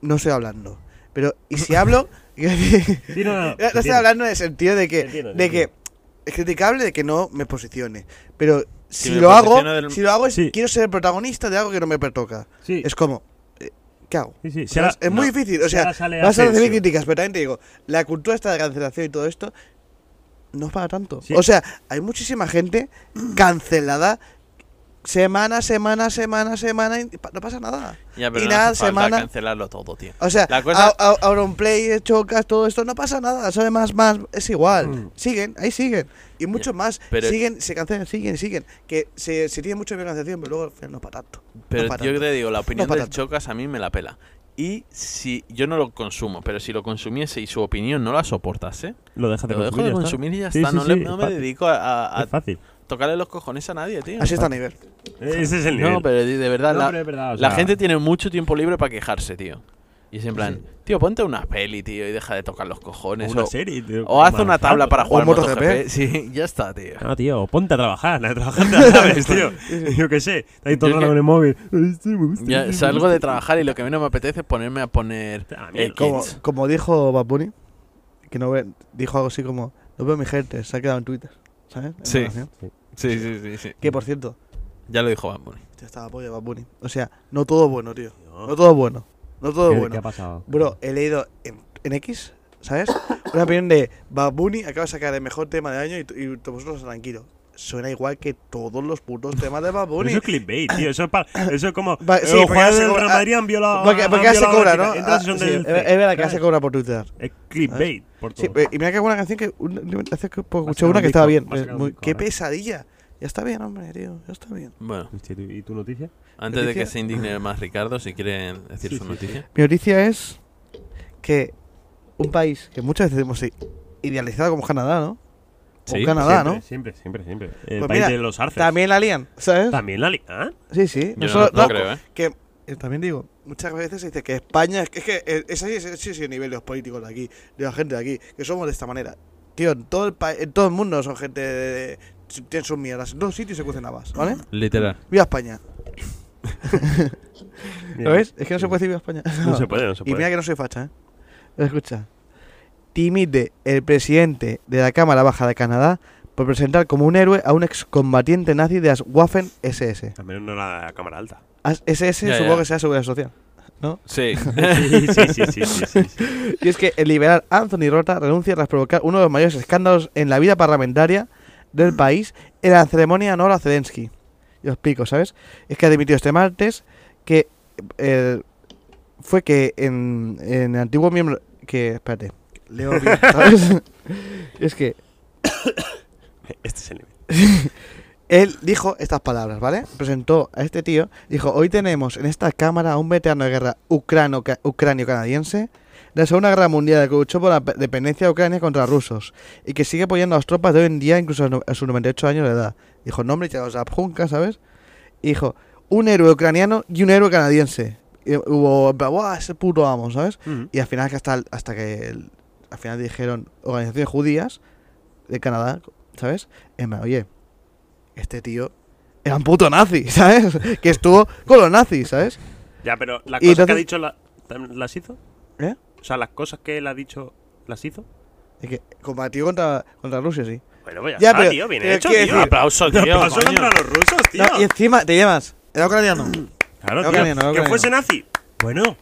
S3: no estoy hablando. Pero, y si hablo. quiero decir,
S2: Sí, no, no, no,
S3: no estoy
S2: entiendo.
S3: hablando en el sentido de que.
S2: Entiendo,
S3: de que
S2: entiendo.
S3: es criticable de que no me posicione. Pero si,
S1: me
S3: lo hago,
S1: posiciono del-
S3: si lo hago, es,
S2: Sí.
S3: quiero ser el protagonista de algo que no me pertoca.
S2: Sí,
S3: Es como. eh, ¿Qué hago?
S2: sí, sí. Si
S3: ¿Sabes?
S2: ahora-
S3: es muy
S2: no.
S3: difícil. O
S2: si
S3: sea,
S2: ahora sale
S3: vas a recibir
S2: Asensio.
S3: críticas, pero también te digo, la cultura esta de cancelación y todo esto no es para tanto.
S2: Sí.
S3: O sea, hay muchísima gente cancelada semana, semana, semana, semana, y pa- no pasa nada.
S1: Ya, pero
S3: y
S1: no
S3: nada,
S1: hace falta
S3: semana-
S1: cancelarlo todo, tío.
S3: O sea,
S1: La cosa-
S3: a- a- Auronplay, Chocas, todo esto, no pasa nada. Sabe más, más, es igual.
S2: Mm.
S3: Siguen, ahí siguen. Y muchos más.
S1: pero-
S3: siguen, se cancelan, siguen, siguen. Que se, se tiene mucho bien cancelación, pero luego al final no es para tanto.
S1: Pero
S3: no para
S1: yo
S3: tanto.
S1: te digo, la opinión
S3: pa'
S1: del
S3: tanto.
S1: Chocas a mí me la pela. Y si yo no lo consumo, pero si lo consumiese y su opinión no la soportase,
S2: Lo dejas de
S1: lo dejo
S2: consumir.
S1: de
S2: ya está.
S1: consumir y ya
S2: Sí,
S1: está.
S2: sí,
S1: no le-
S2: sí,
S1: no
S2: es
S1: me
S2: fácil.
S1: dedico a, a- a
S2: Es fácil.
S1: tocarle los cojones a nadie, tío.
S3: Así está a nivel.
S2: Ese es el nivel.
S1: No, pero de de verdad,
S2: No,
S1: la,
S2: pero es verdad, o
S1: la
S2: sea-
S1: gente tiene mucho tiempo libre para quejarse, tío. Y es en plan, tío, ponte una peli, tío, y deja de tocar los cojones.
S2: Una
S1: o-
S2: serie, tío,
S1: O haz
S2: más
S1: una tabla
S2: fácil.
S1: para jugar
S3: O MotoGP.
S1: MotoGP. Sí, ya está, tío.
S2: Ah, tío, ponte a trabajar, a trabajar te la sabes, tío. Yo qué sé, está ahí todo el
S1: Yo
S2: rato
S1: que-
S2: con el móvil. Ay, sí, me gusta, sí,
S1: Ya
S2: me
S1: salgo
S2: gusta.
S1: de trabajar y lo que menos me apetece es ponerme a poner
S2: Ah, mierda.
S1: el
S3: Como,
S1: Kids.
S3: como dijo Bad Bunny, que no ve, dijo algo así como, no veo a mi gente, se ha quedado en Twitter, ¿sabes? En
S1: Sí.
S3: relación.
S1: Sí, sí, sí, sí.
S3: Que por
S2: Mm.
S3: cierto,
S1: Ya lo dijo Bad Bunny.
S3: ya estaba apoyo de Bad Bunny. O sea, no todo bueno, tío. No todo bueno. No todo
S2: ¿Qué, ¿Qué ha
S3: bueno.
S2: pasado?
S3: Bro, he leído en, en X, ¿sabes? Una opinión de Bad Bunny acaba de sacar el mejor tema del año y, t- y t- vosotros tranquilo. Suena igual que todos los putos temas de Bad
S2: Pero
S3: Bunny.
S2: eso es clickbait, tío. Eso es, para, eso es como.
S3: Va- sí,
S2: eh, los
S3: porque ahora
S2: jugadores
S3: se
S2: del Real
S3: cobra-
S2: Madrid han violado.
S3: Porque,
S2: han
S3: porque ahora se
S2: violado a una
S3: cobra,
S2: chica.
S3: ¿no?
S2: Entra la
S3: Ah,
S2: sesión
S3: sí,
S2: del
S3: es
S2: CES,
S3: es verdad que ahora se
S2: ¿sabes?
S3: cobra por Twitter.
S2: Es clickbait. Por
S3: Sí,
S2: todo.
S3: eh, y mira que alguna canción que. una- una- hace que poco
S2: Va a
S3: escuché
S2: sacar
S3: una
S2: un
S3: que
S2: disco,
S3: estaba bien. eh,
S2: va a sacar un
S3: Muy-
S2: disco
S3: qué
S2: ahora.
S3: pesadilla. Ya está bien, hombre, tío. Ya está bien.
S1: Bueno,
S2: Hostia, ¿tú- ¿Y tu noticia?
S1: antes de que
S3: Noticia.
S1: se indigne más Ricardo, si quiere decir
S2: Sí,
S1: su
S2: sí,
S1: noticia.
S3: Mi noticia es que un país que muchas veces hemos i- idealizado como Canadá, ¿no?
S1: Sí,
S3: o Canadá,
S2: siempre,
S3: ¿no?
S2: Siempre, siempre, siempre. El
S3: Pues
S2: país
S3: mira,
S2: de los arces.
S3: También la lían, ¿sabes?
S2: También la li- ¿Ah?
S3: Sí, sí.
S1: Yo no,
S3: solo-
S1: no creo, ¿eh?
S3: que, eh, también digo, muchas veces se dice que España es que, es que eh, es así, es así, es el nivel de los políticos de aquí, de la gente de aquí, que somos de esta manera. Tío, en todo el país, en todo el mundo son gente de, de- de- tienen sus mierdas, en todos sitios se cuecen habas, ¿vale?
S1: Literal.
S3: Viva España.
S2: Mira,
S3: ¿Lo ves? Es que no se puede decir viva España.
S2: No se puede, no se
S3: Y
S2: puede.
S3: mira que no soy facha, ¿eh? Escucha. dimite el presidente de la Cámara Baja de Canadá por presentar como un héroe a un excombatiente nazi de las Waffen SS.
S2: Al menos no la cámara alta.
S3: As- SS
S1: Ya,
S3: supongo
S1: ya.
S3: que sea seguridad social.
S1: Sí.
S2: Sí, sí, sí, sí, sí, sí, sí.
S3: Y es que el liberal Anthony Rota renuncia tras provocar uno de los mayores escándalos en la vida parlamentaria del país en la ceremonia en honor a Zelensky. Yo explico, ¿sabes? Es que ha dimitido este martes que eh, fue que en, en el antiguo miembro... Que, espérate. Leo bien, ¿sabes? es que
S2: Este es el nivel.
S3: Él dijo estas palabras, ¿vale? Presentó a este tío, dijo, hoy tenemos en esta cámara a un veterano de guerra ucrano- ca- ucranio-canadiense de la Segunda Guerra Mundial que luchó por la pe- dependencia de Ucrania contra rusos y que sigue apoyando a las tropas de hoy en día incluso a no- a sus 98 años de edad. Dijo, nombre y te los adjunca, ¿sabes? Y dijo, un héroe ucraniano y un héroe canadiense. Y hubo, ¡buah, ese puto amo, ¿sabes? Y al final que hasta, hasta que el- al final dijeron organizaciones judías de Canadá, ¿sabes? En plan, oye, este tío era un puto nazi, ¿sabes? Que estuvo con los nazis, ¿sabes?
S2: Ya, pero las cosas
S3: Y
S2: que ha
S3: entonces-
S2: dicho la- tam- las hizo.
S3: ¿Eh?
S2: O sea, las cosas que él ha dicho las hizo.
S3: Y que combatió contra, contra Rusia, sí.
S2: Bueno, pues ya,
S3: Ya,
S2: está,
S3: pero-
S2: tío, bien
S3: pero
S2: hecho,
S3: quiero
S2: tío.
S1: Un aplauso, tío.
S2: Un aplauso
S1: coño.
S2: contra los rusos, tío.
S3: No, y encima te llevas. Era ucraniano.
S2: Claro,
S3: no,
S2: tío.
S3: ucraniano, no,
S2: que
S3: ucraniano.
S2: fuese nazi. Bueno,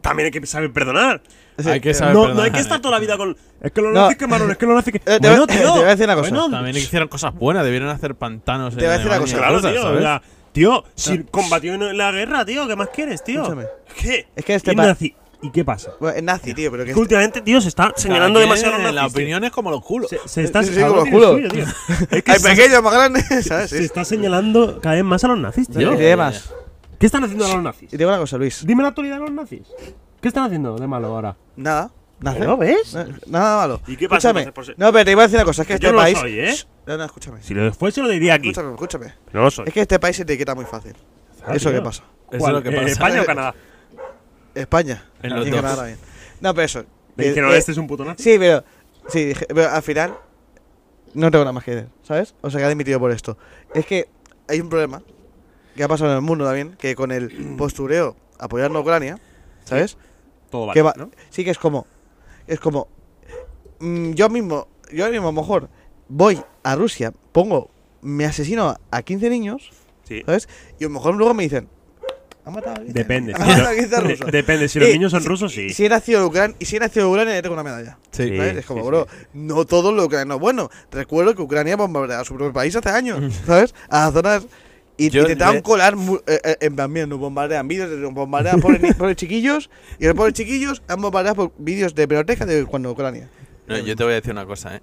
S2: también hay que saber perdonar.
S1: Hay que saber
S2: No,
S1: perdonar.
S2: no hay que estar toda la vida con. Es que los
S3: No.
S2: nazis quemaron, es que los nazis que.
S3: Eh, te,
S2: Bueno,
S3: voy,
S2: tío.
S3: te voy a decir una cosa.
S2: Bueno,
S1: También hicieron cosas buenas, debieron hacer pantanos.
S3: Te voy a decir una
S2: pues
S3: cosa.
S2: claro, tío. o sea, tío, si
S3: No.
S2: combatió en la guerra, tío, ¿qué más quieres, tío?
S3: Escúchame.
S2: ¿Qué?
S3: Es que este
S2: ¿Y
S3: pa-
S2: nazi? ¿Y qué pasa?
S3: Bueno, es nazi, tío, pero que. este-
S2: Que últimamente, tío, se está señalando demasiado a los
S1: La
S2: nazis. tío.
S1: opinión es como los culos.
S2: Se, se está
S3: Sí, sí,
S2: algo
S3: como
S2: tiene
S3: culo.
S2: suyo, tío. Es que
S3: Hay
S2: se-
S3: pequeños, más grandes, ¿sabes?
S2: se está señalando cada vez más a los nazis,
S3: Y
S2: tío.
S3: te llevas.
S2: ¿Qué están haciendo ahora los nazis?
S3: Y te digo una cosa, Luis.
S2: Dime la actualidad de los nazis. ¿Qué están haciendo de malo ahora?
S3: Nada. Nazi.
S2: ¿No ves?
S3: Na- Nada malo.
S2: ¿Y qué pasa
S3: Escúchame.
S2: entonces por ser-
S3: No, pero te iba a decir una cosa. Es que
S2: Yo
S3: este
S2: no lo
S3: país.
S2: soy, ¿eh?
S3: Shh, No, no, escúchame.
S2: Si lo fuese lo diría aquí.
S3: Escúchame, escúchame.
S2: No lo soy.
S3: Es que este país se te quita muy fácil.
S2: Ah,
S3: eso
S2: tío.
S3: que pasa.
S1: Eso es
S2: ¿Cuál?
S1: lo que
S2: Eh,
S1: pasa.
S2: ¿España o Canadá?
S3: España.
S1: En los
S3: Y
S1: dos.
S3: Canadá también. No, pero eso.
S2: Me
S3: que-
S2: dijeron,
S3: eh,
S2: este es un puto nazi.
S3: Sí, pero, sí, dije- pero al final no tengo nada más que decir, ¿sabes? O sea, que ha dimitido por esto. Es que hay un problema que ha pasado en el mundo también, que con el postureo apoyando a Ucrania, ¿sabes?
S2: Todo
S3: que
S2: vale,
S3: va-
S2: ¿no?
S3: Sí que es como, es como, mm, yo mismo, yo ahora mismo a lo mejor voy a Rusia, pongo, me asesino a 15 niños,
S2: Sí.
S3: ¿sabes? Y a lo mejor luego me dicen, ha matado a 15,
S2: Depende.
S3: ha
S2: si
S3: matado
S2: lo-
S3: a 15
S2: de-
S3: rusos".
S2: Depende, si los
S3: Eh,
S2: niños son
S3: si-
S2: rusos, sí.
S3: Si he nacido en Ucrania, y si he nacido en Ucrania, le tengo una medalla.
S2: Sí.
S3: ¿sabes? Es como,
S2: sí,
S3: bro,
S2: sí.
S3: no todos los ucranianos. Bueno, recuerdo que Ucrania bombardeó a su propio país hace años, ¿sabes? A las zonas. Y
S1: Yo
S3: intentaban
S1: le-
S3: colar. mu- eh, eh, en plan, mira, nos bombardean vídeos, de- nos bombardean pobres, ni- pobres chiquillos. Y los pobres chiquillos han bombardeado por vídeos de biblioteca de cuando Ucrania.
S1: No, yo te voy a decir una cosa, ¿eh?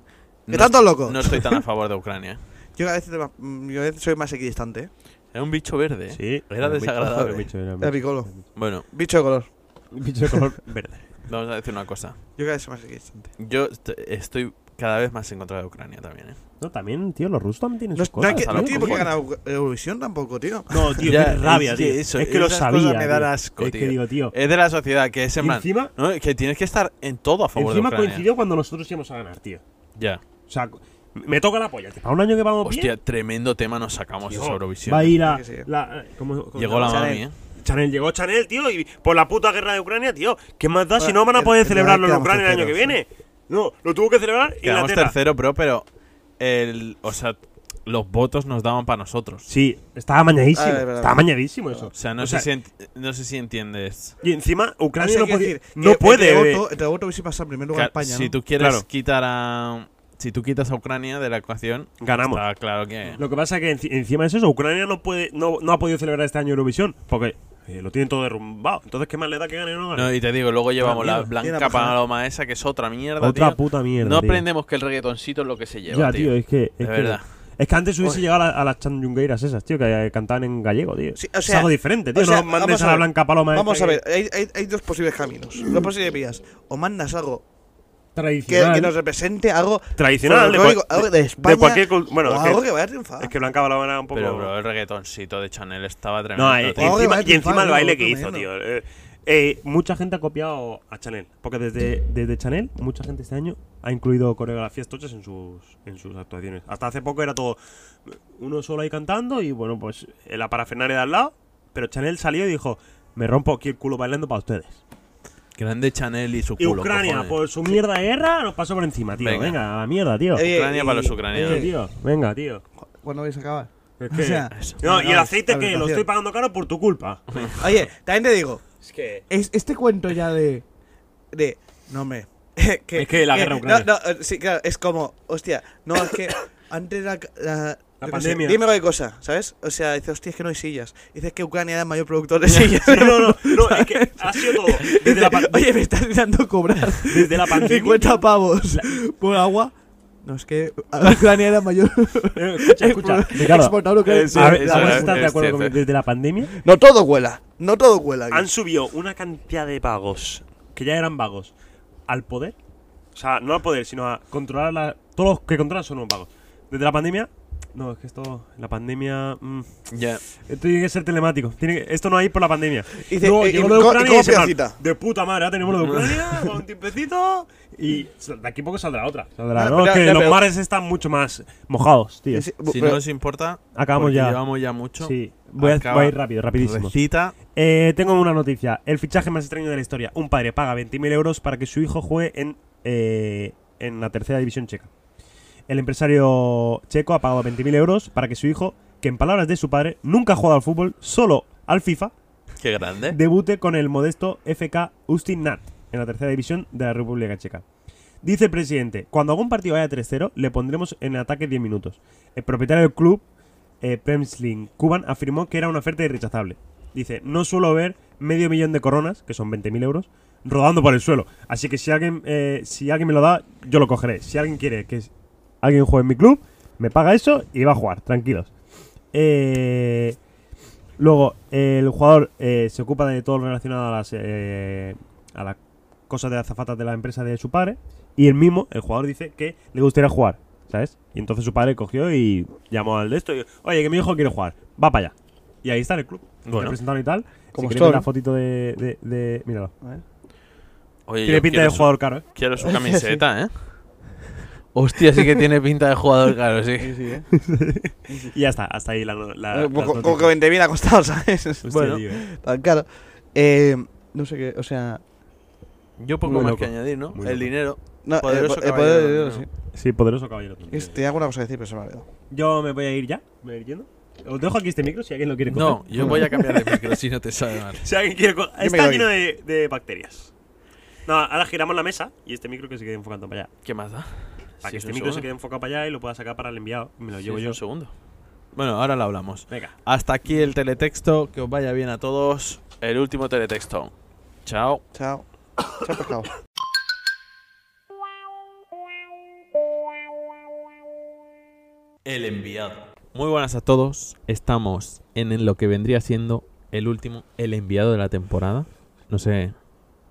S3: ¿Qué tanto loco?
S1: No estoy tan a favor de Ucrania. ¿eh?
S3: Yo cada vez, te- mm, yo a veces soy más equidistante, ¿eh?
S1: Era un bicho verde, ¿eh?
S2: Sí.
S1: Era desagradable.
S2: Bicho, era
S3: Era picolo.
S1: Bueno,
S3: Bicho de color.
S2: bicho de color verde.
S1: vamos a decir una cosa.
S3: Yo cada vez soy más equidistante.
S1: Yo est- estoy cada vez más en contra de Ucrania también, ¿eh?
S2: No, también, tío, los rusos también tienen
S3: No,
S2: sus
S3: es- no hay
S2: cosas.
S3: que- no
S1: ¿sabes?
S3: tiene por qué
S1: Cojones.
S3: ganar Euro- Eurovisión tampoco, tío.
S2: No, tío,
S1: Ya,
S2: qué rabia,
S1: es
S2: tío.
S1: que eso-
S2: es que lo
S1: esas
S2: sabía.
S1: cosas me dan
S2: tío.
S1: asco,
S2: es que
S1: tío.
S2: digo, tío.
S1: Es de la sociedad que es en
S2: Y
S1: plan.
S2: encima-
S1: ¿no? Que tienes que estar en todo a favor
S2: Encima
S1: de Ucrania.
S2: coincidió cuando nosotros íbamos a ganar, tío.
S1: Ya.
S2: O sea, me toca la polla, tío. Para un año que vamos bien.
S1: Hostia, tremendo tema nos sacamos de
S2: tío,
S1: esa Eurovisión.
S2: Va a ir la.
S3: Sí, sí.
S2: la- ¿cómo- cómo
S1: Llegó
S2: se
S1: la
S2: llama?
S1: mami,
S3: Chanel.
S1: ¿eh?
S2: Chanel, llegó Chanel, tío, y por la puta guerra de Ucrania, tío. ¿Qué más da si no van a
S3: Bueno,
S2: poder
S3: en- en
S2: celebrarlo en
S3: verdad
S2: Ucrania el año que
S3: quedamos
S2: viene? No, lo tuvo que celebrar
S1: Quedamos
S2: Inglaterra.
S1: tercero, bro, pero. El, o sea, los votos nos daban para nosotros.
S2: Sí, estaba amañadísimo.
S3: Ah, es verdad.
S2: estaba amañadísimo eso.
S1: O sea, no, sé, si ent- no sé si entiendes.
S2: Y encima,
S3: O
S2: Ucrania
S3: sea,
S2: no,
S3: quiero
S2: podía-
S3: decir,
S2: no
S3: que
S2: puede.
S3: El
S2: eh,
S3: voto, el voto hubiese pasado en primer lugar a
S1: Ca-
S3: España.
S1: si
S3: ¿no?
S1: tú quieres
S2: Claro.
S1: quitar a. Si tú quitas a Ucrania de la ecuación,
S2: Ganamos.
S1: está claro que.
S2: Lo que pasa que enci- encima es eso, Ucrania no puede, no, no ha podido celebrar este año Eurovisión, porque eh, lo tienen todo derrumbado. Entonces, ¿qué más le da que gane o no gane?
S1: No, y te digo, luego llevamos la
S2: mierda.
S3: Tiene
S1: blanca
S3: la paja.
S1: paloma esa, que es otra mierda.
S2: Otra
S1: tío.
S2: puta mierda.
S1: No
S2: tío.
S1: aprendemos que el reggaetoncito es lo que se lleva.
S2: Ya, tío, es que. Es
S1: De
S2: que,
S1: verdad.
S2: Es que antes hubiese llegado a, la- a las chandungueiras esas, tío, que eh, cantaban en gallego, tío.
S3: Sí, o
S2: es
S3: sea,
S2: algo diferente, tío.
S3: o sea,
S2: no mandes
S3: vamos
S2: a
S3: a
S2: la
S3: ver,
S2: blanca paloma
S3: Vamos
S2: esta
S3: a
S2: que-
S3: ver, hay, hay- hay dos posibles caminos, dos posibles vías. O mandas algo que,
S2: Tradicional.
S3: que nos represente, algo
S2: Tradicional, de,
S3: folclórico,
S2: cual-
S3: algo
S2: de-
S3: de
S2: de
S3: España,
S2: cualquier cul- Bueno,
S3: o
S2: es
S3: algo
S2: que,
S3: que vaya a triunfar.
S2: es que blanca paloma era un poco.
S1: Pero, bro, el reggaetoncito de Chanel estaba tremendo.
S2: No, eh,
S1: tío.
S3: Algo que
S2: encima-
S3: vaya a
S2: y encima
S3: triunfar,
S2: el
S3: ¿no?
S2: baile
S3: Otro
S2: que hizo,
S3: menos.
S2: tío. Eh, eh, mucha gente ha copiado a Chanel. Porque desde, desde Chanel, mucha gente este año ha incluido coreografías tochas en sus, en sus actuaciones. Hasta hace poco era todo eh, uno solo ahí cantando y bueno, pues eh, la parafernalia de al lado. Pero Chanel salió y dijo: Me rompo aquí el culo bailando para ustedes.
S1: Grande Chanel y su
S2: oh. Y
S1: culo.
S2: Ucrania,
S1: cojones.
S2: por su mierda de guerra, nos pasó por encima, tío. Venga,
S1: Venga.
S2: a la mierda, tío.
S3: Eh,
S1: Ucrania
S3: y-
S1: para los
S2: Oye,
S1: ucranianos.
S2: tío. Venga, tío.
S3: ¿Cuándo vais a acabar?
S2: Es
S3: O
S2: que-
S3: sea,
S2: no, y el
S3: venga,
S2: aceite
S3: la
S2: que lo
S3: habitación.
S2: estoy pagando caro por tu culpa.
S3: Oye, también te digo,
S2: Es que.
S3: es, este cuento ya de. de. No me. que-
S2: Es que la guerra
S3: no,
S2: ucrania.
S3: No, eh, sí, claro, es como, hostia, no, es que antes la. la
S2: La
S3: yo qué
S2: pandemia.
S3: sé, dime cualquier cosa, ¿sabes? O sea, dice, hostia, es que no hay sillas. Dices que Ucrania era el mayor productor de sillas.
S2: No, no, no, no, es que ha sido todo. Desde la, pa-
S3: Oye, me estás intentando cobrar
S2: desde la pandemia.
S3: 50 pavos por agua. No, es que Ucrania era el mayor
S2: Eh, Escucha, escucha. Ricardo, Eh,
S3: exportador que
S1: eso-
S2: a ver,
S1: eso
S2: ¿vamos a
S1: es-
S2: estar de
S1: es
S2: acuerdo con
S1: cierto.
S2: desde la pandemia?
S3: No todo huela, no todo huela.
S2: han subido una cantidad de vagos que ya eran vagos al poder. O sea, no al poder, sino a controlar la. Todos los que controlan son unos vagos. Desde la pandemia. No, es que esto. La pandemia. mm,
S1: Ya.
S2: esto tiene que ser telemático. Tiene que- esto no hay por la pandemia.
S3: Y dice, eh,
S2: Luego
S3: ¿y- y
S2: llegó lo de
S3: cómo- y
S2: Ucrania
S3: cómo
S2: y se plan,
S3: piecita?
S2: De puta madre, ahora tenemos lo de Ucrania, con un tiempecito. Y sal- de aquí a poco saldrá otra. Saldrá,
S3: Ah,
S2: ¿no?
S3: pero-
S2: que
S3: ya,
S2: los
S3: pero-
S2: mares están mucho más mojados, tío. Sí,
S1: Si no os importa,
S2: Acabamos
S1: porque
S2: ya.
S1: Llevamos ya mucho.
S2: Voy, a,
S1: Acaba-
S2: voy a ir rápido, rapidísimo.
S1: Recita.
S2: Eh, tengo una noticia. El fichaje más extraño de la historia. Un padre paga 20.000 euros para que su hijo juegue en, eh, en la tercera división checa. El empresario checo ha pagado 20.000 euros para que su hijo, que en palabras de su padre nunca ha jugado al fútbol, solo al FIFA,
S1: Qué grande.
S2: debute con el modesto FK Ustin Nat en la tercera división de la República Checa. Dice el presidente, cuando algún partido vaya 3-0, le pondremos en ataque 10 minutos. El propietario del club, eh, Premslin Kuban, afirmó que era una oferta irrechazable. Dice, no suelo ver medio millón de coronas, que son 20.000 euros, rodando por el suelo. Así que si alguien, eh, si alguien me lo da, yo lo cogeré. Si alguien quiere que s- alguien juegue en mi club, me paga eso y va a jugar, tranquilos. Eh... Luego, eh, el jugador eh, se ocupa de todo lo relacionado a las, eh, a las cosas de azafatas de la empresa de su padre. Y el mismo, el jugador, dice que le gustaría jugar, ¿sabes? Y entonces su padre cogió y llamó al de esto y oye, que mi hijo quiere jugar, va para allá. Y ahí está en el club,
S1: Bueno.
S2: representado y tal.
S3: Como
S2: si queréis
S3: Stone.
S2: ver la fotito de... de, de- míralo.
S1: Oye,
S2: Tiene
S1: yo
S2: pinta
S1: quiero
S2: de
S1: su-
S2: jugador caro, ¿eh?
S1: Quiero su camiseta, ¿eh? Hostia, sí que tiene pinta de jugador caro, sí.
S3: ¿eh?
S2: Y ya está, hasta ahí la... la-
S1: Ah,
S2: la- las
S3: Como como Eh, que
S2: noticias.
S3: 20.000 ha costado, ¿sabes?
S2: Hostia,
S1: bueno.
S2: tío, eh.
S3: Tan caro. Eh, no sé qué, o sea.
S1: Yo poco
S2: Muy
S1: más
S2: loco.
S1: que añadir, ¿no?
S2: Muy
S1: El
S2: loco.
S1: dinero.
S3: No,
S1: Poderoso
S3: el, po- el
S1: caballero,
S3: poder de Dios,
S1: no.
S3: sí.
S2: Sí, poderoso caballero.
S3: Es- Tenía alguna cosa que decir, pero se me ha olvidado.
S2: Yo me voy a ir ya, me voy a ir yendo. Os dejo aquí este micro si alguien lo quiere coger.
S1: No, yo voy a cambiar de micro si no te sabe mal.
S2: Si alguien quiere. co-
S3: me
S2: Está
S3: doy.
S2: lleno de, de bacterias. No, ahora giramos la mesa y este micro que se quede enfocando para allá.
S1: ¿Qué más da? Sí,
S2: Para que
S1: es
S2: este
S1: un
S2: micro se
S1: segundo.
S2: quede enfocado para allá y lo pueda sacar para el enviado. Me lo
S1: Sí,
S2: llevo
S1: es
S2: yo.
S1: un segundo. Bueno, ahora lo hablamos.
S2: Venga.
S1: Hasta aquí el teletexto. Que os vaya bien a todos. El último teletexto. Chao.
S3: Chao. Chao, pescado.
S4: El enviado.
S1: Muy buenas a todos. Estamos en lo que vendría siendo el último, el enviado de la temporada. No sé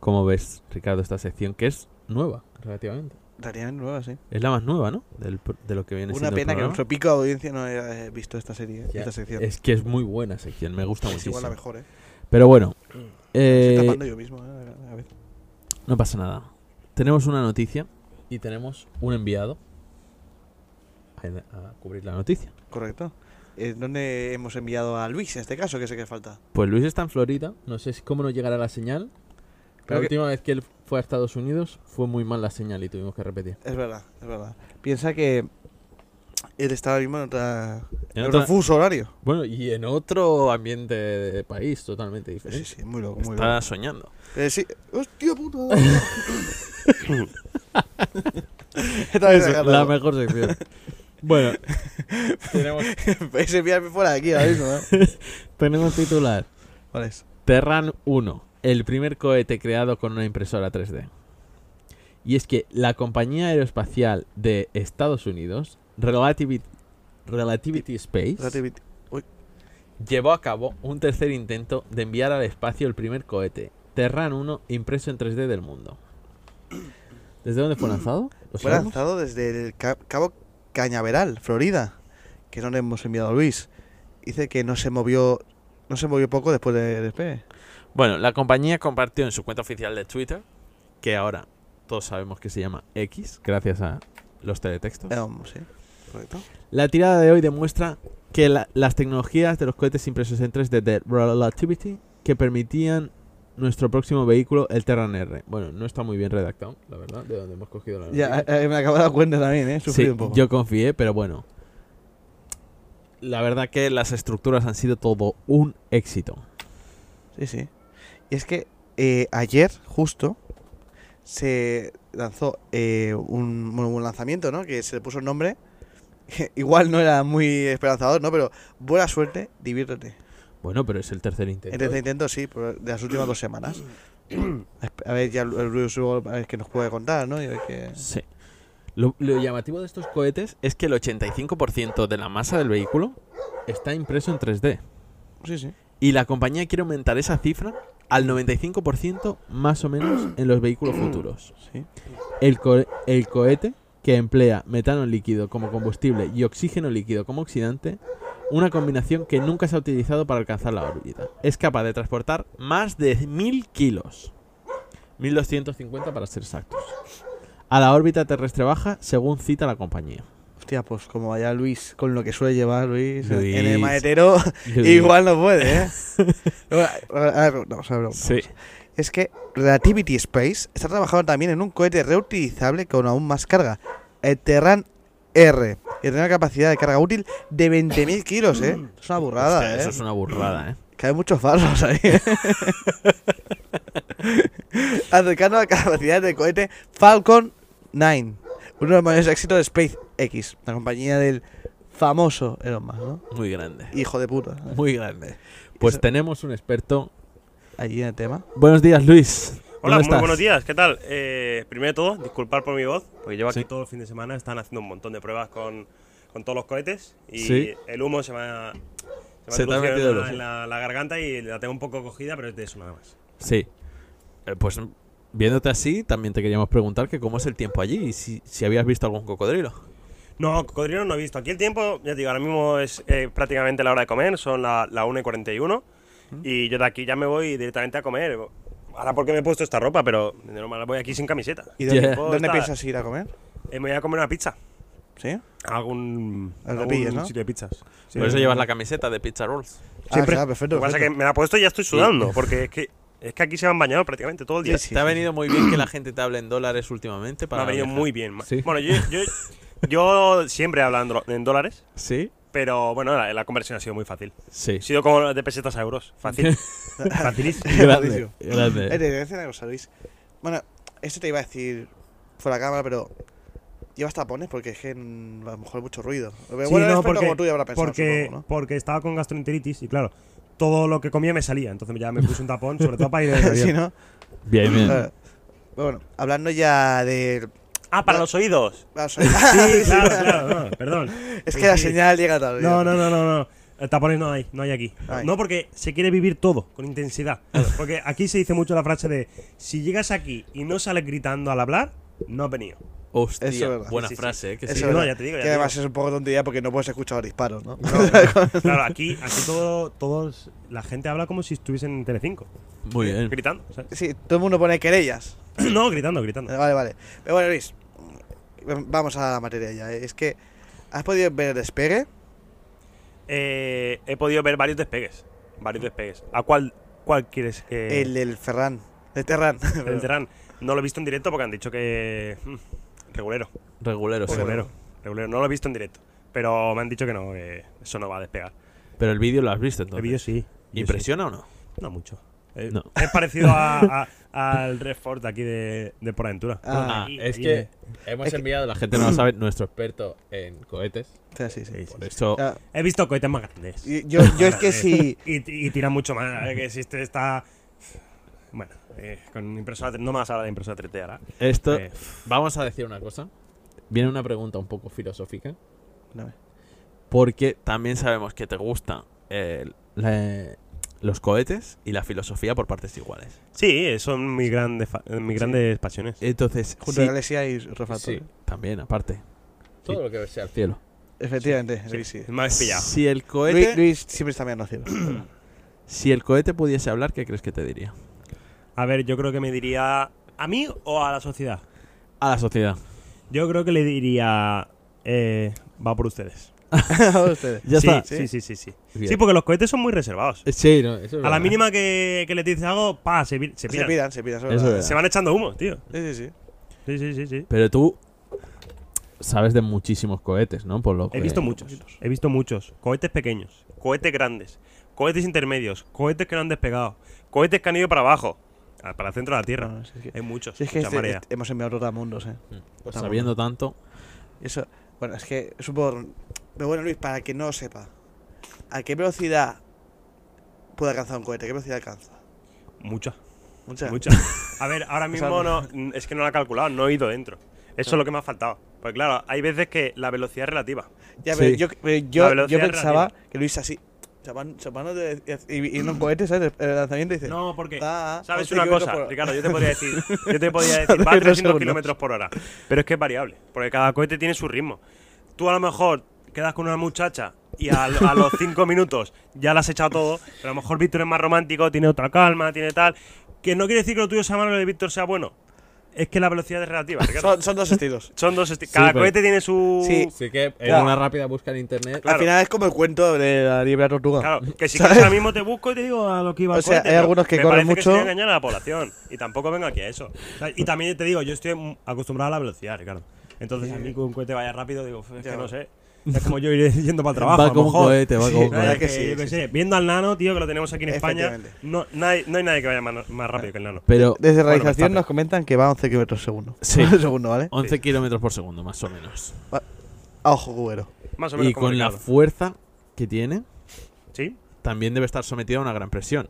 S1: cómo ves, Ricardo, esta sección que es nueva, relativamente.
S3: Darían nueva, sí.
S1: Es la más nueva, ¿no? Del pro- de lo que viene
S3: Una
S1: siendo el
S3: pena que
S1: programa.
S3: nuestro pico de audiencia no haya eh, visto esta serie,
S1: Ya,
S3: esta sección.
S1: Es que es muy buena sección, me gusta
S3: Es
S1: muchísimo.
S3: igual la mejor, ¿eh?
S1: Pero bueno, eh,
S3: Estoy tapando yo mismo, ¿eh? A ver.
S1: no pasa nada. Tenemos una noticia y tenemos un enviado a, a cubrir la noticia.
S3: Correcto. Eh, ¿Dónde hemos enviado a Luis en este caso? Que sé que falta.
S1: Pues Luis está en Florida, no sé si- cómo nos llegará la señal. la
S3: Creo que-
S1: última vez que él fue a Estados Unidos fue muy mal la señal y tuvimos que repetir.
S3: Es verdad, es verdad. Piensa que él está ahora mismo en otra.
S1: En
S3: En
S1: otra-
S3: otro fuso horario.
S1: Bueno, y en otro ambiente de país totalmente
S3: Sí,
S1: diferente.
S3: sí, muy loco, muy
S1: está
S3: loco.
S1: soñando.
S3: Eh, sí. ¡Hostia puta! Esta vez
S1: Eso,
S3: ha ganado.
S1: la mejor sección. bueno, tenemos,
S3: Podéis enviarme fuera de aquí ahora mismo, ¿eh?
S1: tenemos titular.
S3: ¿Cuál es?
S1: Terran 1, el primer cohete creado con una impresora 3D. Y es que la compañía aeroespacial de Estados Unidos, Relativity, Relativity Space,
S3: Relativity.
S1: llevó a cabo un tercer intento de enviar al espacio el primer cohete, Terran 1, impreso en 3D del mundo. ¿Desde dónde fue lanzado? ¿Lo
S3: Fue
S1: sabemos?
S3: lanzado desde el ca- Cabo Cañaveral, Florida, que no le hemos enviado a Luis. Dice que no se movió, no se movió poco después del despegue.
S1: Bueno, la compañía compartió en su cuenta oficial de Twitter, que ahora todos sabemos que se llama X, gracias a los teletextos.
S3: Eh, vamos, sí. Correcto.
S1: La tirada de hoy demuestra que la- las tecnologías de los cohetes impresos en 3D de Relativity que permitían nuestro próximo vehículo, el Terran R. Bueno, no está muy bien redactado, la verdad, de donde hemos cogido la
S3: Ya,
S1: noticia.
S3: eh, eh, me acabo de dar cuenta también, ¿eh? Sufrí
S1: Sí,
S3: un poco.
S1: yo confié, pero bueno. La verdad que las estructuras han sido todo un éxito.
S3: Sí, sí. Y es que eh, ayer, justo, se lanzó eh, un, bueno, un lanzamiento, ¿no? Que se le puso el nombre. Igual no era muy esperanzador, ¿no? Pero buena suerte, diviértete.
S1: Bueno, pero es el tercer intento.
S3: El tercer intento, sí, pero de las últimas dos semanas. A ver, ya el Luis Hugo, a ver qué nos puede contar, ¿no? Y a ver qué-
S1: Sí. Lo, lo llamativo de estos cohetes es que el 85% de la masa del vehículo está impreso en 3D.
S3: Sí, sí.
S1: Y la compañía quiere aumentar esa cifra al 95% más o menos en los vehículos futuros.
S3: Sí.
S1: El, co- el cohete, que emplea metano líquido como combustible y oxígeno líquido como oxidante, una combinación que nunca se ha utilizado para alcanzar la órbita, es capaz de transportar más de 1.000 kilos, 1.250 para ser exactos, a la órbita terrestre baja, según cita la compañía.
S3: Hostia, pues como vaya Luis con lo que suele llevar Luis, en- en el
S1: Luis.
S3: maletero, igual no puede, ¿eh? Bueno, a ver, vamos a ver, vamos a
S1: Sí.
S3: ver. Es que Relativity Space está trabajando también en un cohete reutilizable con aún más carga, el Terran R, que tiene una capacidad de carga útil de 20.000 kilos, ¿eh?
S2: Mm.
S3: Es una burrada,
S1: Hostia,
S3: ¿eh?
S1: Eso es una burrada, ¿eh?
S3: Que hay muchos farros ahí. Acercando a la capacidad del cohete Falcon 9. Uno de los mayores éxitos de SpaceX, la compañía del famoso Elon Musk, ¿no?
S1: Muy grande.
S3: Hijo de puta.
S1: Muy grande. Pues
S3: Eso-
S1: tenemos un experto.
S3: Allí en el tema.
S1: Buenos días, Luis.
S2: Hola,
S1: ¿Cómo
S2: muy
S1: estás?
S2: buenos días, ¿qué tal? Eh, primero de todo, disculpar por mi voz, porque llevo aquí
S1: Sí.
S2: todo el fin de semana, están haciendo un montón de pruebas con, con todos los cohetes y
S1: Sí.
S2: el humo se me ha, se me ha
S1: Se te ha
S2: introducido
S1: metido el
S2: en,
S1: ojo.
S2: la, en la- la garganta y la tengo un poco cogida, pero es de eso nada más.
S1: Sí. Eh, pues viéndote así, también te queríamos preguntar que cómo es el tiempo allí y si, si habías visto algún cocodrilo.
S2: No, cocodrilo no he visto. Aquí el tiempo, ya te digo, ahora mismo es eh, prácticamente la hora de comer, son la, la 1 y 41. Y yo de aquí ya me voy directamente a comer. Ahora porque me he puesto esta ropa, pero de normal voy aquí sin camiseta.
S3: ¿Y dónde,
S1: Yeah.
S3: dónde
S2: Está-
S3: piensas ir a comer?
S2: Eh, me voy a comer una pizza.
S3: ¿Sí?
S2: A Algún,
S3: Al de
S2: algún
S3: pillas, ¿no?
S2: sitio de pizzas. Sí.
S1: Por eso llevas la camiseta de Pizza Rolls.
S2: Siempre.
S3: Ah, claro, perfecto.
S2: Lo que pasa es que
S3: perfecto.
S2: me la he puesto y ya estoy sudando, porque es que, es que aquí se me han bañado prácticamente todo el día.
S3: Sí,
S1: ¿Te ha
S3: sí,
S1: venido muy bien que la gente te hable en dólares últimamente?
S2: me
S1: Para
S2: ha venido
S1: viajar?
S2: muy bien. ma-
S1: Sí.
S2: Bueno, yo, yo, yo siempre hablo en dro- en dólares,
S1: Sí,
S2: pero bueno, la, la conversión ha sido muy fácil.
S1: sí.
S2: Ha sido como de pesetas a euros. Fácil. Facilísimo.
S1: Grande,
S3: Eh,
S1: grande.
S3: te voy a decir una cosa, Luis. Bueno, esto te iba a decir fuera de cámara, pero. Llevas tapones porque es que mm, a lo mejor hay mucho ruido. Pero
S5: Sí,
S3: bueno, el
S5: no,
S3: experto
S5: porque,
S3: como tú ya habrá pensado,
S5: porque,
S3: supongo, ¿no?
S5: porque estaba con gastroenteritis y claro, todo lo que comía me salía. Entonces ya me puse un tapón, sobre todo para ir al avión.
S3: Sí, ¿no?
S1: Bien, bien.
S3: Claro. Bueno, hablando ya de.
S2: Ah, para los oídos.
S3: Vamos a-
S5: Sí, claro, claro, no, perdón.
S3: es que la
S5: Sí, sí.
S3: señal llega tarde.
S5: No, no, no, no, no. Eh, Tapones no hay, no hay aquí.
S3: Ay.
S5: No, porque se quiere vivir todo con intensidad. Porque aquí se dice mucho la frase de: si llegas aquí y no sales gritando al hablar, no has venido.
S1: Hostia,
S3: Eso es verdad.
S1: buena
S2: Sí, sí,
S1: frase, ¿eh? Que
S3: Eso
S1: sí.
S3: es verdad.
S5: ya te digo, ya
S3: que
S5: te
S3: además es un poco tontería porque no puedes escuchar disparos, ¿no?
S5: Claro, aquí, aquí todo, todos, la gente habla como si estuviesen en Telecinco,
S1: Muy bien.
S2: Gritando.
S5: o sea,
S3: sí, todo el mundo pone querellas.
S5: no, gritando, gritando.
S3: Vale, vale. Pero bueno, Luis, vamos a la materia ya. Es que. ¿Has podido ver el despegue?
S2: Eh, he podido ver varios despegues. Varios despegues. ¿A cuál, cuál quieres que.?
S3: El del Ferran. De Terran.
S2: el Terran. No lo he visto en directo porque han dicho que. mm, regulero.
S1: Regulero, sí.
S2: Regulero. Regulero. No lo he visto en directo. Pero me han dicho que no, que eso no va a despegar.
S1: Pero el vídeo lo has visto, entonces.
S5: El vídeo sí. yo sí.
S1: ¿Impresiona o no?
S5: No mucho. Eh,
S1: No.
S5: Es parecido a, a- al Red Ford de aquí de, de Por Aventura.
S3: Ah,
S1: Ah,
S5: Ahí,
S1: es
S5: ahí
S1: que
S5: me-
S1: hemos
S3: es que-
S1: enviado, la gente no lo sabe, nuestro experto en cohetes.
S3: sí, sí. sí.
S5: Sí, sí.
S1: Por eso,
S3: Ah,
S5: He visto cohetes más grandes.
S3: y- yo, yo
S2: Eh,
S3: es que si.
S5: Y, y tira mucho más. eh, Que si este está. Bueno, eh, con impresora 3D. No más ahora de impresora 3D ahora.
S1: esto.
S2: Ah,
S5: Eh,
S1: Vamos a decir una cosa. Viene una pregunta un poco filosófica.
S3: Dame.
S1: Porque también sabemos que te gustan eh, la- los cohetes y la filosofía por partes iguales.
S5: sí, eh, son mis grandes, fa- eh, mis grandes pasiones.
S1: Entonces,
S3: Junto
S1: sí,
S3: a Galaxia y refractor.
S1: sí, también, aparte. Todo lo que sea al cielo.
S3: Efectivamente, Luis, sí.
S5: Me habéis pillado.
S1: Si el cohete,
S3: Luis, Luis siempre está mirando al cielo.
S1: si el cohete pudiese hablar, ¿qué crees que te diría?
S5: A ver, yo creo que me diría. ¿A mí o a la sociedad?
S1: A la sociedad.
S5: Yo creo que le diría. eh, va por ustedes.
S3: A ustedes.
S1: Ya
S2: sí,
S1: está.
S2: Sí, sí, sí, sí.
S1: Bien.
S2: Sí, porque los cohetes son muy reservados.
S1: Sí, no, eso es
S2: A la
S1: verdad.
S2: mínima que, que les dices algo, pa, se, vi- se
S3: Se
S2: piran.
S3: piran, se piran. eso es
S1: Eso
S3: verdad.
S1: es
S2: Se van echando humo, tío.
S3: Sí, sí, sí.
S2: Sí, sí, sí, sí.
S1: Pero tú sabes de muchísimos cohetes, ¿no? Por lo
S2: He
S1: que-
S2: visto muchos. He visto muchos. Cohetes pequeños, cohetes grandes, cohetes intermedios, cohetes que no han despegado, cohetes que han ido para abajo, a- para el centro de la Tierra.
S3: No, no, si es que-
S2: Hay muchos.
S3: si Ah, es que
S2: mucha
S3: este-
S2: marea.
S3: este- hemos enviado rotamundos, eh.
S1: Pues sabiendo tanto.
S3: Eso, bueno, es que es un poco... Pero bueno, Luis, para el que no lo sepa, ¿a qué velocidad puede alcanzar un cohete? ¿Qué velocidad alcanza?
S2: Mucha,
S3: Mucha.
S2: mucha. A ver, ahora mismo no, es que no lo he calculado, no he ido dentro. Eso es lo que me ha faltado. Pues claro, hay veces que la velocidad es relativa.
S3: Ya, pero
S1: Sí.
S3: yo, pero yo,
S2: La velocidad
S3: yo pensaba que Luis así, chapando, chapando de, y, y en un cohete, ¿sabes? El lanzamiento dice...
S2: No, porque
S3: Ah,
S2: sabes
S3: 11
S2: una
S3: kilómetros
S2: cosa,
S3: por hora.
S2: Ricardo, yo te podría decir, yo te podría decir, va a
S3: Hace dos
S2: 300
S3: segundos.
S2: kilómetros por hora, pero es que es variable, porque cada cohete tiene su ritmo. Tú a lo mejor quedas con una muchacha y a, lo- a los 5 minutos ya la has echado todo, pero a lo mejor Víctor es más romántico, tiene otra calma, tiene tal, que no quiere decir que lo tuyo sea malo y lo de Víctor sea bueno, es que la velocidad es relativa. Ricardo.
S3: Son, son dos estilos.
S2: Son dos, esti- cada
S1: pero-
S2: cohete tiene su
S3: Sí.
S1: Sí que en
S3: Claro.
S1: una rápida busca en internet.
S2: Claro.
S3: Al final es como el cuento de la liebre tortuga.
S2: Claro, que si quieres ahora mismo te busco y te digo a lo que iba
S3: O
S2: el
S3: sea,
S2: cohete,
S3: hay
S2: pero
S3: algunos que
S2: me
S3: corren
S2: parece
S3: mucho.
S2: Que estoy engañando a la población. Y tampoco vengo aquí a eso. O sea, y también te digo, yo estoy mm, acostumbrado a la velocidad, Ricardo. Entonces, a mí que un cohete vaya rápido, digo, es
S3: Ya.
S2: que no sé. Es como yo ir yendo para el trabajo.
S1: va
S2: a lo
S1: como un
S2: mejor.
S1: cohete, va como un
S2: La verdad
S1: cohete.
S3: que
S2: es que,
S3: sí,
S2: yo qué
S3: sí,
S2: sé, viendo al nano, tío, que lo tenemos aquí en España,
S3: Efectivamente.
S2: no, nadie- no hay nadie que vaya más, más rápido que el nano.
S1: Pero
S3: Desde
S2: Bueno,
S3: realización
S2: Verstappen.
S3: nos comentan que va a 11 kilómetros segundo.
S1: Sí.
S3: segundo, ¿vale?
S1: 11 kilómetros por segundo, más o menos.
S3: A ojo cubero.
S2: Más o menos
S1: Y
S2: como
S1: con la
S2: Ricardo.
S1: fuerza que tiene,
S2: ¿Sí?
S1: también debe estar sometido a una gran presión.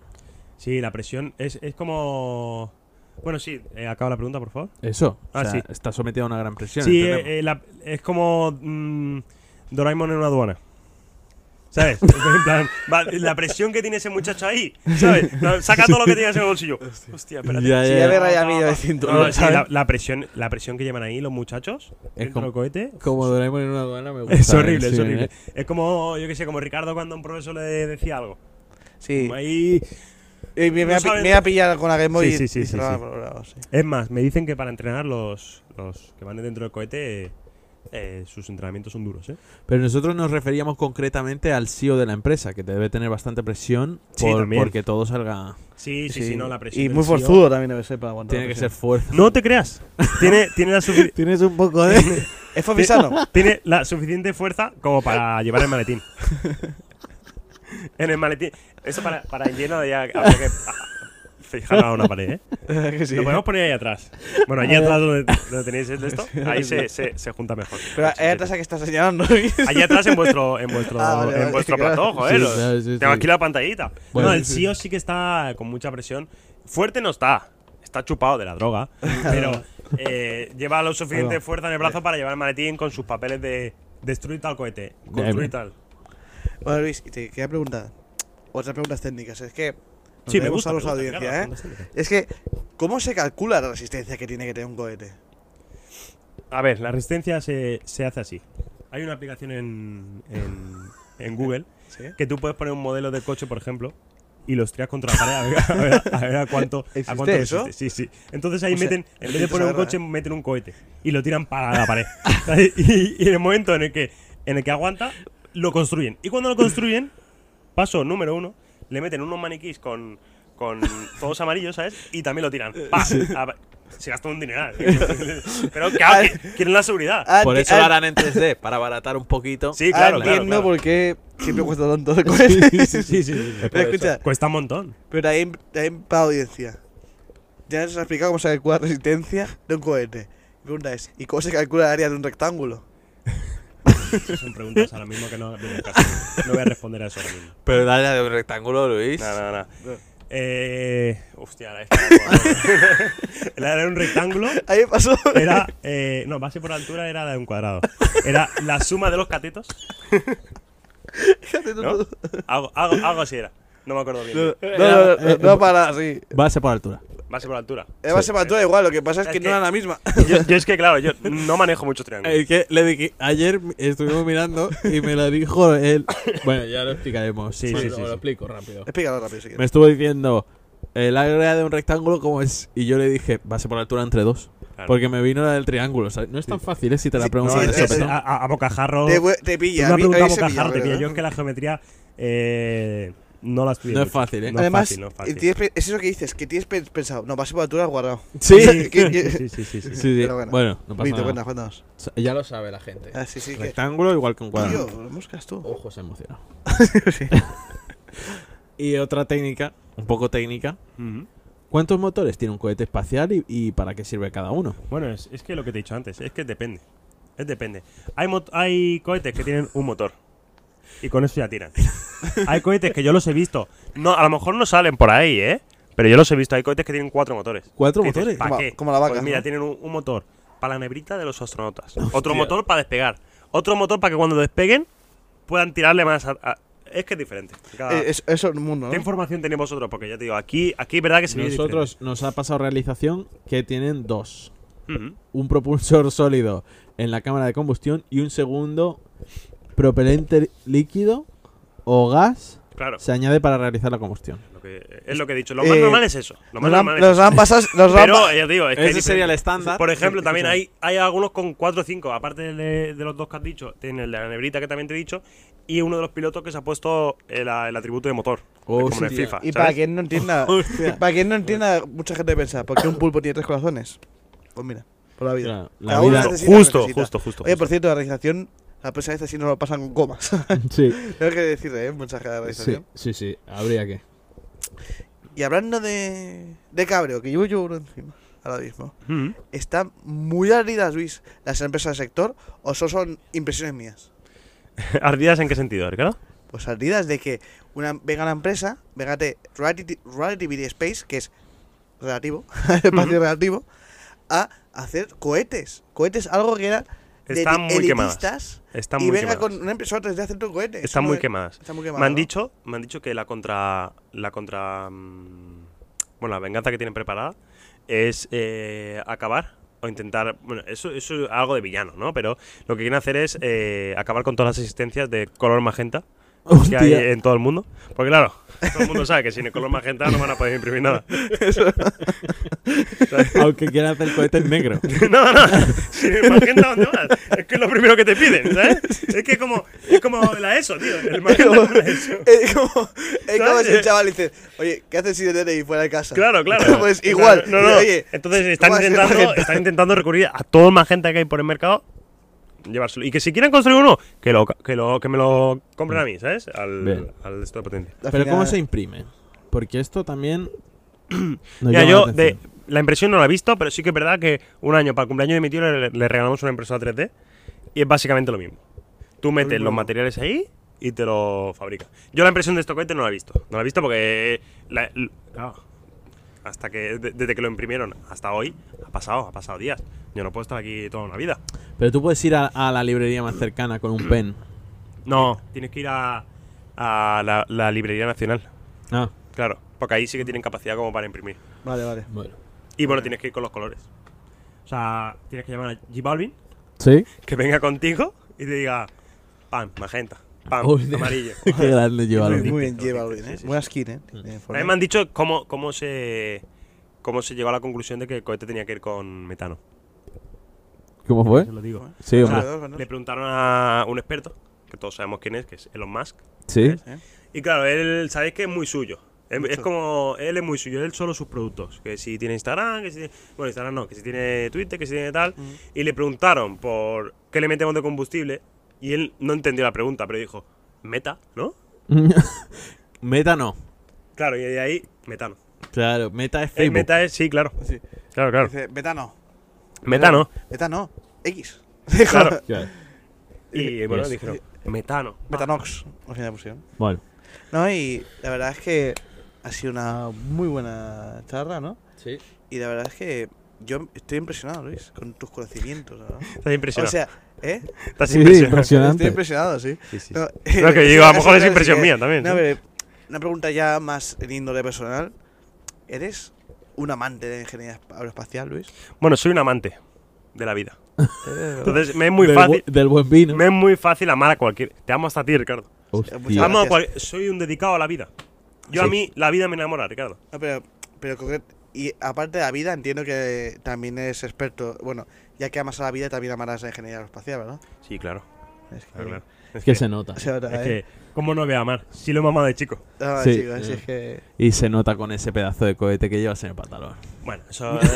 S2: sí, la presión es, es como... Bueno, sí, eh, acaba la pregunta, por favor.
S1: Eso. o
S2: Ah,
S1: sea,
S2: sí.
S1: Está sometido a una gran presión.
S2: Sí,
S1: entendemos.
S2: eh, eh, la- es como mm, Doraemon en una aduana. ¿Sabes? En plan, va- la presión que tiene ese muchacho ahí, ¿sabes? No, Saca todo lo que tengas en el bolsillo. Hostia, espérate.
S1: Ya,
S3: Si
S1: ya,
S3: ya
S1: ya.
S3: me raya a mí de
S2: No,
S3: cinturón,
S2: no, sí,
S3: ¿sabes?
S2: la, la presión, la presión que llevan ahí los muchachos dentro
S1: como-
S2: del cohete
S1: Como Doraemon en una aduana me gusta.
S2: eh. es horrible,
S1: eh,
S2: es
S1: sí,
S2: horrible.
S1: eh.
S2: Es como, yo qué sé, como Ricardo cuando un profesor le decía algo.
S3: Sí.
S2: Ahí,
S3: Y me,
S2: no
S3: me ha, pi-
S2: saben-
S3: me ha pillado con la Game Boy.
S2: Sí, sí, sí,
S3: y- y
S2: sí,
S3: se la
S2: sí.
S3: han valorado, sí.
S2: es más, me dicen que para entrenar los, los que van dentro del cohete, eh, eh, sus entrenamientos son duros, ¿eh?
S1: Pero nosotros nos referíamos concretamente al CEO de la empresa, que debe tener bastante presión
S2: Sí,
S1: por-
S2: también.
S1: porque todo salga.
S2: Sí, sí, sí, no, la presión.
S3: Y
S2: del
S3: muy
S2: tío-
S3: forzudo también debe ser para aguantar.
S1: Tiene
S3: la
S1: que ser
S3: presión.
S1: fuerza.
S2: No te creas. Tiene, tiene, la, sufi-
S1: Tienes un poco de.
S3: Es Fofisano.
S2: tiene la suficiente fuerza como para llevar el maletín. En el maletín. Eso para, para el lleno de ya habría que ah, fijarlo a una pared, ¿eh?
S3: Que sí.
S2: Lo podemos poner ahí atrás. Bueno, allí atrás donde, donde tenéis el de esto, ahí se, se, se junta mejor.
S3: Pero eh,
S2: Así
S3: hay
S2: que-
S3: atrás a que estás señalando. Luis.
S2: Allí atrás en vuestro, en vuestro,
S3: Ah, vale,
S2: en
S3: vale,
S2: vuestro
S3: sí, claro.
S2: plató, joder.
S1: Sí,
S2: os-
S1: claro, sí,
S2: tengo
S1: sí.
S2: aquí la pantallita.
S1: Bueno,
S2: no, el
S1: sí,
S2: CEO sí que está con mucha presión. Fuerte no está. Está chupado de la droga. pero eh, lleva lo suficiente fuerza en el brazo para llevar el maletín con sus papeles de destruir tal cohete. Construir
S1: bien.
S2: tal.
S3: Bueno, Luis, y te quería preguntar. Otras preguntas técnicas. Es que. nos
S2: Sí, me
S3: debemos
S2: gusta.
S3: a los
S2: me gusta,
S3: audiencia,
S2: claro,
S3: ¿eh?
S2: las preguntas técnicas.
S3: Es que. ¿Cómo se calcula la resistencia que tiene que tener un cohete?
S2: A ver, la resistencia se, se hace así. Hay una aplicación en, en, en Google
S3: ¿Sí?
S2: que tú puedes poner un modelo de coche, por ejemplo, y los tiras contra la pared a ver a, ver- a ver a cuánto,
S3: ¿Existe
S2: a cuánto
S3: eso?
S2: resiste. Sí, sí. Entonces ahí
S3: O sea,
S2: meten, en vez de
S3: necesito
S2: poner un
S3: saberlo,
S2: coche,
S3: ¿eh?
S2: meten un cohete y lo tiran para la pared. ¿Sabes? y, y en el momento en el que en el que aguanta, lo construyen. Y cuando lo construyen, paso número uno, le meten unos maniquís con, con todos amarillos, ¿sabes? Y también lo tiran. ¡Pa! A- se gastó un dineral. Pero claro, que- quieren la seguridad.
S1: Por
S3: Anti-
S1: eso
S3: an-
S1: lo harán en 3D, para abaratar un poquito.
S2: Sí, claro, claro,
S3: Entiendo
S2: claro.
S3: por qué siempre cuesta tanto de cohete.
S2: Sí, sí, sí.
S3: Pero escucha,
S2: Cuesta un montón.
S3: Pero ahí, ahí para audiencia. Ya nos has explicado cómo se calcula la resistencia de un cohete. Mi pregunta es, ¿y cómo se calcula el área de un rectángulo?
S2: Son preguntas ahora mismo que no vienen al caso. No voy a responder a eso ahora mismo.
S1: Pero dale de un rectángulo, Luis.
S2: No, no, no. Eh, hostia, la La era un rectángulo.
S3: Ahí me pasó.
S2: Era. Eh, no, base por altura era la de un cuadrado. Era la suma de los catetos.
S3: Fíjate tú.
S2: ¿no? Algo, algo, algo así era. No me acuerdo bien.
S3: No, no, no, no, no, para, sí.
S1: Base por altura.
S2: Base por altura.
S3: Además se mató igual, lo que pasa es
S2: Es
S3: que
S2: que-
S3: no era la misma.
S2: Yo, yo es que, claro, yo no manejo muchos triángulos.
S1: Es que le dije, ayer estuvimos mirando y me lo dijo él. Bueno, ya lo explicaremos.
S2: Sí,
S1: Bueno,
S2: sí,
S1: lo,
S2: sí,
S1: lo
S2: sí.
S1: explico rápido.
S3: Explícalo rápido si
S1: Me eh,
S3: quieres.
S1: estuvo diciendo el área de un rectángulo como es y yo le dije, base por altura entre dos.
S2: Claro.
S1: Porque me vino la del triángulo. ¿sabes? No es tan fácil eh, si te la
S3: Sí,
S1: preguntan de
S3: no, es- ah, es-
S1: sopetón.
S2: a, a- a bocajarro.
S3: Te, vu- te pilla.
S2: Tú
S3: a
S2: me has
S3: mí- a
S2: preguntado
S3: mí se
S2: bocajarro,
S3: pilla,
S2: te pillo.
S3: ¿verdad?
S2: Yo es que la geometría eh, no la estudié.
S1: No es
S2: mucho.
S1: fácil, ¿eh?
S2: No
S3: Además,
S2: es fácil, no es fácil.
S3: tienes pe- es eso que dices, que tienes pe- pensado. No, pasé por altura guardado.
S1: Sí,
S3: Que- que-
S2: Sí, sí, sí, sí, sí.
S1: Sí, sí.
S3: Pero bueno.
S1: Bueno, no pasa
S3: Vito,
S1: nada.
S3: cuéntanos, cuéntanos.
S2: Eh,
S1: Ya lo sabe la gente.
S3: Ah, sí, sí, que.
S1: Rectángulo igual que un cuadrado.
S3: Tío, lo buscas tú.
S1: Ojos se emociona.
S3: Sí.
S1: Y otra técnica, un poco técnica.
S2: Ujú.
S1: ¿Cuántos motores tiene un cohete espacial y, y para qué sirve cada uno?
S2: Bueno, es, es que lo que te he dicho antes, es que depende. Es depende. Hay, mot- hay cohetes que tienen un motor. Y con eso ya tiran. hay cohetes que yo los he visto. No, a lo mejor no salen por ahí, ¿eh? Pero yo los he visto. Hay cohetes que tienen cuatro motores.
S1: ¿Cuatro
S2: Que dices,
S1: motores?
S2: ¿pa'
S3: Como-
S2: qué?
S3: como la vaca,
S2: Pues mira,
S3: ¿no?
S2: tienen un, un motor para la nebrita de los astronautas. Otro motor para despegar. Otro motor para que cuando despeguen puedan tirarle más. a- a- Es que es diferente. Cada-
S3: Eh, es- Eso es un mundo,
S2: ¿Qué
S3: ¿no?
S2: información tenéis vosotros? Porque ya te digo, aquí, aquí verdad que se vive
S1: Nosotros nos ha pasado realización que tienen dos.
S2: diferente. Ujú.
S1: Un propulsor sólido en la cámara de combustión y un segundo propelente líquido o gas
S2: Claro.
S1: se añade para realizar la combustión.
S2: Lo que- es lo que he dicho. Lo más
S3: Eh,
S2: normal es eso. Lo más
S3: Nos
S2: normal
S3: han,
S2: es
S3: nos
S2: eso.
S3: han pasado. Nos han
S2: Pero
S3: pa-
S2: ya te digo, es que
S6: Ese
S2: hay diferentes.
S6: sería el estándar.
S2: Por ejemplo, también hay, hay algunos con 4 o 5, aparte de, de los dos que has dicho, tiene el de la nebrita que también te he dicho, y uno de los pilotos que se ha puesto el, el atributo de motor, como en el
S1: Hostia.
S2: FIFA.
S3: Oh, Y
S2: ¿sabes?
S3: para quien no entienda, para quien no entienda, mucha gente piensa, ¿por qué un pulpo tiene tres corazones? Pues mira, por la vida.
S1: Claro, la
S3: Cada uno
S1: vida-
S3: necesita lo que
S2: Justo,
S3: necesita.
S2: justo, justo.
S3: Oye,
S2: justo.
S3: por cierto, la realización, la prensa esta sí nos lo pasan con comas.
S1: Sí,
S3: Tengo que decirle, ¿eh? Un mensaje de la
S1: sí,
S3: realización.
S1: sí, sí, habría que.
S3: Y hablando de, de cabreo, que llevo yo uno encima ahora mismo,
S2: Ujú.
S3: ¿están muy ardidas, Luis, las empresas del sector o solo son impresiones mías?
S2: ¿Ardidas en qué sentido, Ricardo?
S3: Pues ardidas de que una, venga una empresa, vengate Relativity, Relativity Space, que es relativo, espacio relativo, a hacer cohetes. Cohetes, algo que era de
S2: Están muy quemadas.
S3: elitistas,
S2: Están
S3: y
S2: muy
S3: venga
S2: quemadas.
S3: con una impresora 3D a hacer tu cohete. Eso
S2: Están
S3: no
S2: muy
S3: es-
S2: quemadas.
S3: Están muy quemadas.
S2: Me han
S3: ¿no?
S2: dicho, me han dicho que la contra. La contra. mm, Bueno, la venganza que tienen preparada es eh, acabar o intentar. Bueno, eso, eso es algo de villano, ¿no? Pero lo que quieren hacer es eh, acabar con todas las existencias de color magenta que hay
S1: Hostia.
S2: en todo el mundo. Porque, claro, todo el mundo sabe que sin el color magenta no van a poder imprimir nada.
S1: Aunque quiera hacer cohete en negro.
S2: No, no, sin el magenta, ¿dónde vas? Es que es lo primero que te piden, ¿sabes? Es que es como, es como la ESO, tío. El magenta es la ESO.
S3: Es como, es como
S2: ¿Sabes?
S3: si un chaval dice, oye, ¿qué haces si te DNI fuera de casa?
S2: Claro, claro.
S3: pues
S2: O sea,
S3: igual.
S2: no, no.
S3: Oye,
S2: Entonces están
S3: ¿cómo haces
S2: intentando,
S3: magenta?
S2: están intentando recurrir a todo el magenta que hay por el mercado. Llevárselo. Y que si quieren construir uno, que lo, que lo, que me lo compren a mí, ¿sabes? Al,
S1: Bien.
S2: al esto de potencia.
S3: al
S1: Pero ¿cómo
S3: final-
S1: se imprime? Porque esto también. nos
S2: Mira,
S1: llama
S2: yo
S1: la
S2: de,
S1: atención.
S2: la impresión no la he visto, pero sí que es verdad que un año para el cumpleaños de mi tío le, le regalamos una impresora 3D y es básicamente lo mismo. Tú metes los materiales ahí y te lo fabrica. Yo la impresión de este cohete no la he visto. No la he visto porque la- l- claro, hasta que de- desde que lo imprimieron hasta hoy ha pasado, ha pasado días. Yo no puedo estar aquí toda una vida.
S1: Pero tú puedes ir a, a la librería más cercana con un pen.
S2: No, tienes que ir a, a la, la librería nacional.
S1: Ah,
S2: Claro, porque ahí sí que tienen capacidad como para imprimir.
S3: Vale, vale.
S1: bueno.
S2: Y bueno, tienes que ir con los colores. O sea, tienes que llamar a G Balvin
S1: ¿Sí?
S2: que venga contigo y te diga pan, magenta, pan,
S1: Uy,
S2: amarillo.
S1: Qué grande llevarlo.
S3: Muy, muy bien llevado, bien,
S2: sí,
S3: ¿eh?
S2: sí, sí.
S3: Buena skin, ¿eh? Tiene
S2: A mí
S3: forma.
S2: me han dicho cómo, cómo se cómo se llegó a la conclusión de que el cohete tenía que ir con metano.
S1: ¿Cómo fue?
S2: Se lo digo.
S1: Sí,
S2: O sea,
S1: hombre.
S3: Alrededor, alrededor.
S2: le preguntaron a un experto, que todos sabemos quién es, que es Elon Musk.
S1: Sí.
S3: ¿Eh?
S2: Y claro, él, sabéis que es muy suyo. Es, es
S3: Mucho.
S2: como, él es muy suyo, él solo sus productos. Que si tiene Instagram, que si tiene, bueno, Instagram no, que si tiene Twitter, que si tiene tal. Y le preguntaron por qué le metemos de combustible. Y él no entendió la pregunta, pero dijo, meta, ¿no?
S1: meta no.
S2: Claro, y de ahí, metano.
S1: Claro, meta es
S2: El
S1: Facebook.
S2: Eh, meta es, sí, claro.
S3: Sí.
S2: Claro, claro.
S3: Dice, betano.
S2: Metano.
S3: Betano. X.
S2: Claro.
S1: Claro.
S2: Y bueno,
S1: Yes.
S2: dijeron, Pues, metano.
S3: Betanox. Al final pusieron.
S1: Bueno.
S3: No, y la verdad es que ha sido una muy buena charla, ¿no?
S1: Sí.
S3: Y la verdad es que yo estoy impresionado, Luis, con tus conocimientos. ¿no?
S2: Estás
S3: O
S2: impresionado.
S3: sea, ¿eh?
S2: Estás
S1: Sí,
S2: impresionado.
S3: Estoy
S1: impresionante.
S3: impresionado, sí.
S2: Sí, sí.
S3: No,
S2: No, que
S3: en
S2: digo, a lo mejor
S3: este
S2: es
S3: caso sí
S2: impresión
S3: que-
S2: mía también,
S3: no,
S2: ¿sí?
S3: pero una pregunta ya más en índole personal. ¿Eres un amante de la ingeniería aeroespacial, Luis?
S2: Bueno, soy un amante de la vida. Entonces, me es muy
S1: del,
S2: fácil.
S1: bu- del buen vino.
S2: Me Pues, es muy fácil amar a cualquier. Te amo hasta a ti, Ricardo.
S1: Hostia.
S3: Sí,
S2: Amo a
S3: gracias.
S2: cual- Soy un dedicado a la vida. Yo a mí, la vida me enamora, Ricardo.
S3: No, pero, pero concret- Y aparte de la vida, entiendo que también es experto. Bueno, ya que amas a la vida, también amarás la ingeniería aeroespacial, ¿verdad?
S2: Sí, claro.
S3: Es que.
S2: claro, claro.
S1: Es que se nota.
S3: Se nota,
S2: Es
S3: ¿eh?
S2: que, ¿cómo no voy a amar? Si lo he mamado de chico.
S3: Ah,
S1: Sí.
S3: chicos, sí, es
S7: Eh,
S3: que.
S1: Y se nota con ese pedazo de cohete que llevas en el pantalón.
S2: Bueno, eso eh,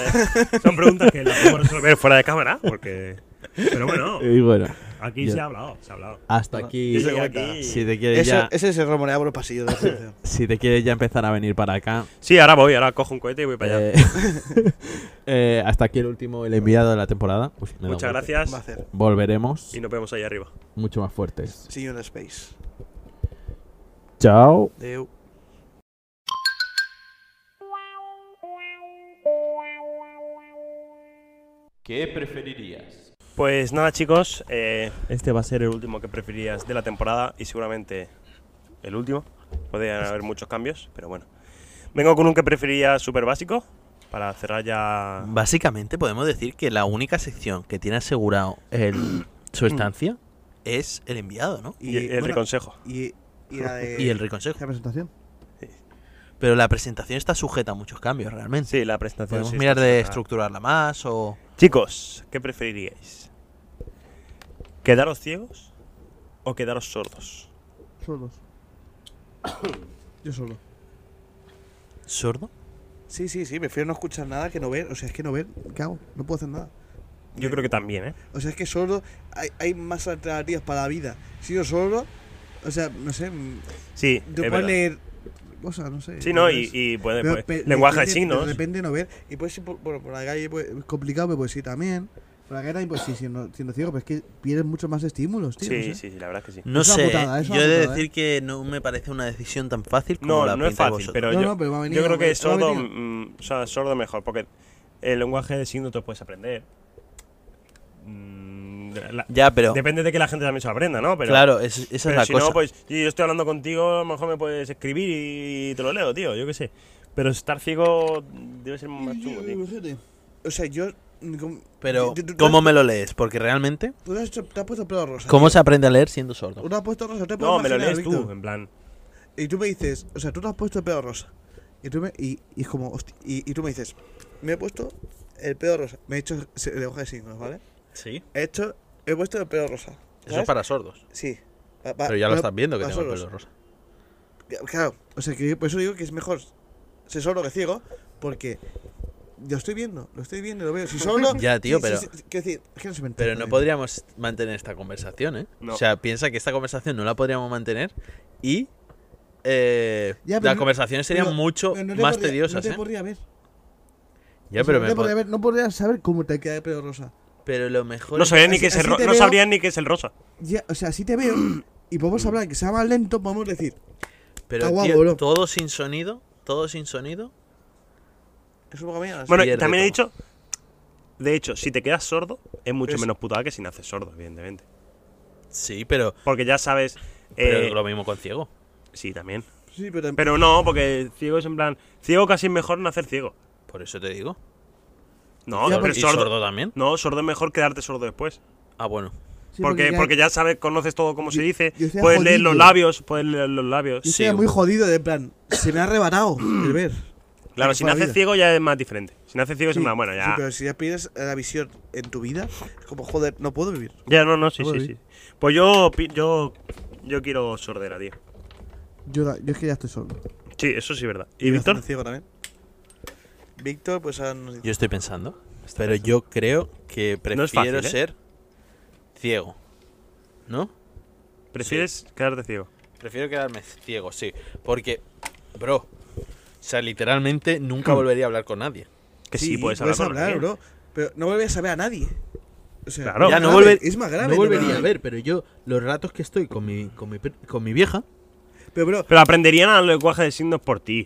S2: son preguntas que las podemos resolver fuera de cámara, porque... Pero bueno,
S1: Y bueno,
S2: aquí
S1: Ya.
S2: se ha hablado, se ha hablado.
S1: hasta
S2: Y
S1: aquí.
S3: Eso-
S2: aquí-
S1: Si te quieres
S3: Eso,
S1: ya,
S3: ese se rumorea por los pasillos de la asociación.
S1: si te quieres ya empezar a venir para acá,
S2: Sí, ahora voy, ahora cojo un cohete y voy para allá.
S1: eh, eh, hasta aquí el último, el enviado de la temporada. Uy, me da un
S2: Muchas
S7: pues,
S1: golpe.
S2: gracias
S3: Va a hacer.
S1: Volveremos
S2: y nos vemos ahí arriba.
S1: mucho más fuertes.
S3: See you in space.
S1: Chao.
S3: Deu.
S8: ¿Qué preferirías?
S2: Pues nada, chicos, eh, este va a ser el último que preferirías de la temporada y seguramente el último. Puede haber muchos cambios, pero bueno. Vengo con un que preferirías súper básico para cerrar ya.
S7: Básicamente podemos decir que la única sección que tiene asegurado el, su estancia es el enviado, ¿no?
S2: y el
S3: bueno,
S2: reconsejo.
S3: y, y la de.
S7: Y
S2: Eh,
S7: el reconsejo.
S3: la presentación.
S7: Pero la presentación está sujeta a muchos cambios, realmente.
S2: Sí, la presentación.
S7: Podemos
S2: sí,
S7: mirar
S2: está
S7: de
S2: cerrada.
S7: estructurarla más o...
S2: Chicos, ¿qué preferiríais? ¿Quedaros ciegos o quedaros sordos?
S3: Solos. Yo solo.
S7: ¿Sordo?
S3: Sí, sí, sí, prefiero no escuchar nada que no ver. O sea, es que no ver, ¿qué hago? No puedo hacer nada.
S2: Yo creo que también, ¿eh?
S3: O sea, es que solo hay, hay más alternativas para la vida. Si yo solo, o sea, no sé, mm,
S2: Sí,
S3: te
S2: es
S3: puedes
S2: verdad.
S3: leer cosas, no sé.
S2: Sí, ¿no? Y,
S3: puedes-
S2: y puede,
S3: pero
S2: puede-
S3: pe-
S2: lenguaje de
S3: depende-
S2: signos.
S3: De repente no ver. Y puedes ir por, bueno, por la calle, pues, es complicado, pero pues sí también. Por la calle también, pues sí, siendo, siendo ciego, pero es que pierdes mucho más estímulos, tío.
S2: Sí,
S3: no sé.
S2: sí, sí, la verdad que sí.
S7: No
S3: Es una
S7: sé,
S3: putada,
S7: ¿eh?
S3: es
S7: yo
S3: una
S7: he de
S3: putada,
S7: decir que no me parece una decisión tan fácil como
S2: No,
S7: la
S2: no es
S7: pintáis
S2: fácil,
S7: vosotros.
S2: pero
S3: No,
S2: yo,
S3: no, pero me ha venido,
S2: yo creo
S3: me-
S2: que
S3: me ha
S2: sordo,
S3: venido.
S2: mm, o sea, sordo mejor, porque el lenguaje de signos te lo puedes aprender. Mm, la-
S7: Ya, pero...
S2: Depende de que la gente también se lo aprenda, ¿no? Pero,
S7: claro, es- esa
S2: pero
S7: es la
S2: si
S7: cosa.
S2: no, pues yo yo estoy hablando contigo, a lo mejor me puedes escribir y te lo leo, tío, yo qué sé. Pero estar ciego debe ser más chungo, tío.
S3: Imagínate. O sea, yo. mm, com-
S7: Pero,
S3: tú- tú- tú
S7: ¿cómo
S3: has-
S7: me lo lees? Porque realmente...
S3: Tú has hecho- te has puesto el pelo rosa.
S7: ¿Cómo
S3: tío.
S7: se aprende a leer siendo sordo?
S3: Tú te has puesto rosa, te puedo
S2: No, me lo
S3: imaginar,
S2: lees
S3: Víctor.
S2: tú, en plan.
S3: Y tú me dices, o sea, tú te has puesto el pedo rosa. Y tú me, y, y es como, hosti- y, y tú me dices, me he puesto el pedo rosa. Me he hecho se- de hoja de signos, ¿vale?
S7: Sí,
S3: He hecho, he puesto el pedo rosa. ¿sabes?
S7: para sordos.
S3: Sí.
S2: Ah,
S7: Pero ya lo estás viendo que tengo el pelo
S3: rosa.
S7: rosa.
S3: Claro, o sea, que por eso digo que es mejor ser solo que ciego, porque lo estoy viendo, lo estoy viendo, lo veo. Si solo.
S7: Ya, tío,
S3: sí, sí,
S7: pero-
S3: sí, sí, quiero decir, es que no se me
S7: Pero
S3: entiende.
S7: no podríamos mantener esta conversación, ¿eh?
S2: No.
S7: O sea, piensa que esta conversación no la podríamos mantener y eh,
S3: Ya, pero
S7: las
S3: no-
S7: conversaciones serían
S3: pero-
S7: mucho
S3: pero no te
S7: más
S3: podría-
S7: tediosas,
S3: No
S7: ¿eh?
S3: te podría ver.
S7: Ya,
S3: O sea,
S7: pero,
S3: no,
S7: me
S3: te
S7: po-
S3: podría ver, no podría saber cómo te queda el pelo rosa.
S7: pero lo mejor
S2: No
S7: es-
S2: sabrían ni
S3: así-
S2: qué es el
S3: así
S2: ro-
S3: te
S2: no
S3: veo.
S2: sabrían ni qué es el rosa.
S3: Ya, o sea, si te veo y
S2: Mm.
S3: podemos hablar, que sea más lento, podemos decir,
S7: Pero
S3: Está guapo,
S7: tío,
S3: bro.
S7: todo sin sonido, todo sin sonido.
S3: es un poco mierda.
S2: Bueno,
S7: pierde
S2: también he
S7: todo.
S2: dicho. De hecho, si te quedas sordo, es mucho
S3: Es-
S2: menos putada que si naces sordo, evidentemente.
S7: Sí, pero,
S2: Porque ya sabes.
S7: pero
S2: eh,
S7: lo mismo con ciego.
S2: Sí, también.
S3: Sí, pero,
S2: Pero no, porque ciego es en plan. Ciego casi es mejor nacer ciego.
S7: Por eso te digo.
S2: No,
S3: Ya,
S2: pero
S3: pero-
S7: ¿Y
S2: sordo.
S7: sordo, también?
S2: No, sordo es mejor quedarte sordo después.
S7: Ah, bueno.
S3: sí,
S2: porque, porque, ya...
S3: yo
S2: sabes, conoces todo como se dice.
S3: yo estoy
S2: puedes leer
S3: jodido.
S2: los labios, puedes leer los labios.
S3: estoy muy jodido de plan, se me ha arrebatado el ver.
S2: Claro,
S3: Ay,
S2: si
S3: toda la
S2: naces
S3: vida.
S2: ciego ya es más diferente. Si naces ciego es en
S3: Sí,
S2: plan, bueno,
S3: sí,
S2: ya.
S3: pero si ya pierdes la visión en tu vida, es como, joder, no puedo vivir.
S2: Ya, no, no, sí,
S3: No lo
S2: sí,
S3: vi.
S2: sí. Pues yo, pi- yo. Yo quiero sordera, tío.
S3: Yo, la- yo es que ya estoy solo.
S2: Sí, eso sí es verdad. ¿Y
S3: Yo
S2: Víctor?
S3: bastante ciego también. Víctor, pues ahora nos dice-
S7: Yo estoy pensando. Pero
S3: ¿eh?
S7: yo creo que prefiero
S2: es fácil, ¿eh?
S7: ser ciego. ¿No?
S2: ¿Prefieres quedarte ciego?
S7: Prefiero quedarme ciego, sí. Porque, bro, o sea, literalmente
S3: Hmm.
S7: nunca volvería a hablar con nadie.
S2: Que sí, puedes hablar. con alguien.
S3: bro. Pero no volverías a ver a nadie. O sea,
S2: Claro.
S3: es
S2: Ya,
S7: no
S3: grave,
S7: volver-
S3: Es más grave.
S7: no volvería
S3: pero-
S7: a ver, pero yo, los ratos que estoy con mi, con mi, per- con mi vieja.
S3: Pero, bro,
S2: Pero aprenderían al lenguaje de signos por ti.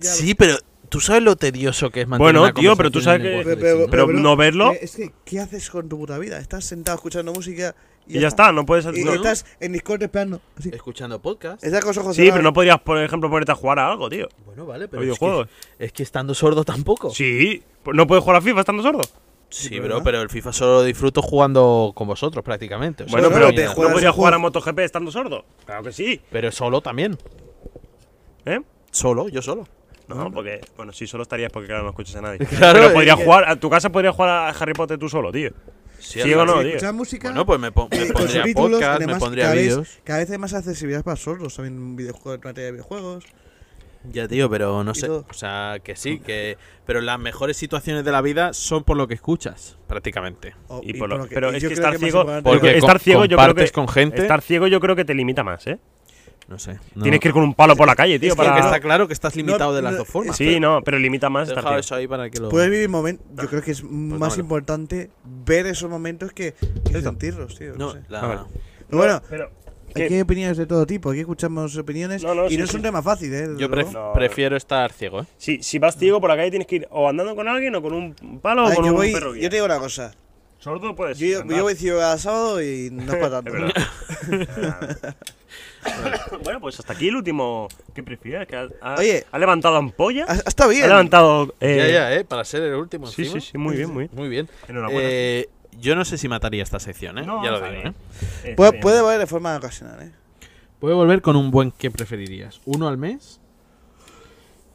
S3: Ya,
S7: sí, pero tú sabes lo tedioso que es mantener
S2: Bueno,
S7: una
S2: tío, pero tú
S7: conversación
S2: sabes
S7: en
S2: que-
S7: lenguaje de signos.
S2: pero no verlo-
S3: eh, Es que, ¿qué haces con tu puta vida? Estás sentado escuchando música
S2: Y, ya está, no puedes.
S3: Y
S2: no-
S3: estás en Discord esperando. así.
S7: escuchando podcast.
S3: Estás con los ojos
S2: Sí, pero no podrías, por ejemplo, ponerte a jugar a algo, tío.
S7: Bueno, vale, pero es que,
S2: videojuegos.
S7: es que estando sordo tampoco.
S2: Sí, pues no puedes jugar a FIFA estando sordo.
S7: Sí,
S3: Sí,
S7: bro,
S3: ¿verdad?
S7: pero el FIFA solo lo disfruto jugando con vosotros prácticamente. o sea,
S2: Bueno,
S3: no,
S2: pero
S3: te
S2: ¿no
S3: juegas
S2: podrías
S3: el
S2: jugar a
S3: juego.
S2: MotoGP estando sordo? Claro que sí,
S7: pero solo también.
S2: ¿eh?
S7: Solo, yo solo.
S2: No, porque, bueno, sí, solo estarías porque, claro, no escuchas a nadie.
S7: Claro,
S2: Pero
S7: es
S2: podrías
S7: que-
S2: jugar, a tu casa podrías jugar a Harry Potter tú solo, tío. Sí, o no,
S3: Si
S2: tío.
S3: escuchas música.
S7: Bueno, pues me, pon- me
S3: eh, con
S7: pondría
S3: subtítulos,
S7: podcast, me
S3: además,
S7: pondría
S3: cada vez-
S7: vídeos.
S3: Cada vez hay más accesibilidad para sordos también en videojuegos, en materia de videojuegos.
S7: Ya, tío, pero no
S3: Y
S7: sé.
S3: todo.
S7: O sea, que sí, que. Pero las mejores situaciones de la vida son por lo que escuchas, prácticamente.
S3: o-
S2: Y por lo-
S3: que-
S2: pero
S3: Oh, y
S2: es
S3: yo
S2: que
S3: creo
S2: estar
S3: más
S2: ciego-
S3: importante-
S2: Porque
S7: Porque
S2: estar
S7: co-
S2: ciego yo creo
S7: compartes
S2: que-
S7: con gente.
S2: Estar ciego yo creo que te limita más, ¿eh?
S7: No sé. no.
S2: Tienes que ir con un palo por la calle, tío,
S3: Es que
S7: Porque
S2: para...
S7: está claro que estás limitado de las
S3: no,
S7: dos formas.
S2: Sí, no, pero limita
S7: He
S2: más estar
S7: dejado
S2: ciego.
S7: eso ahí para que lo.
S3: Puedes vivir momentos. Yo creo que
S7: Pues
S3: es más
S7: dámelo.
S3: importante ver esos momentos que, que sentirlos, tío. No,
S7: No,
S3: sé.
S7: la-
S2: Ah, vale.
S3: Pero bueno,
S2: Pero,
S3: aquí hay opiniones de todo tipo. Aquí escuchamos opiniones.
S2: No, no,
S3: y
S2: sí,
S3: no es
S2: sí.
S3: un tema fácil, ¿eh? desde
S7: Yo
S3: luego.
S7: pref-
S2: No.
S7: prefiero estar ciego, ¿eh?
S2: si, si vas ciego por la calle tienes que ir o andando con alguien o con un palo o
S3: Ay,
S2: con
S3: yo,
S2: un
S3: voy-
S2: perro guía.
S3: yo te digo una cosa.
S2: Sordo puedes
S3: Yo, yo
S2: andar.
S3: voy ciego cada sábado y no es para tanto.
S2: Es verdad. bueno, pues hasta aquí el último. ¿Qué prefieres? Que ha, ha-
S3: Oye.
S2: ha levantado ampolla.
S3: Ha, ha estado
S2: Ha
S3: bien.
S2: levantado. eh,
S7: ya, ya, ¿eh? Para ser el último.
S2: Sí,
S7: encima.
S2: sí, sí, muy bien, muy bien.
S7: Muy bien.
S2: Enhorabuena.
S7: Eh, yo no sé si mataría esta sección, ¿eh?
S2: No,
S7: ya lo
S2: está
S7: digo,
S2: bien.
S7: ¿eh?
S2: Eh, está
S3: Puede,
S2: bien.
S3: puede valer de forma ocasional, ¿eh?
S1: Puede volver con un buen que preferirías. Uno al mes.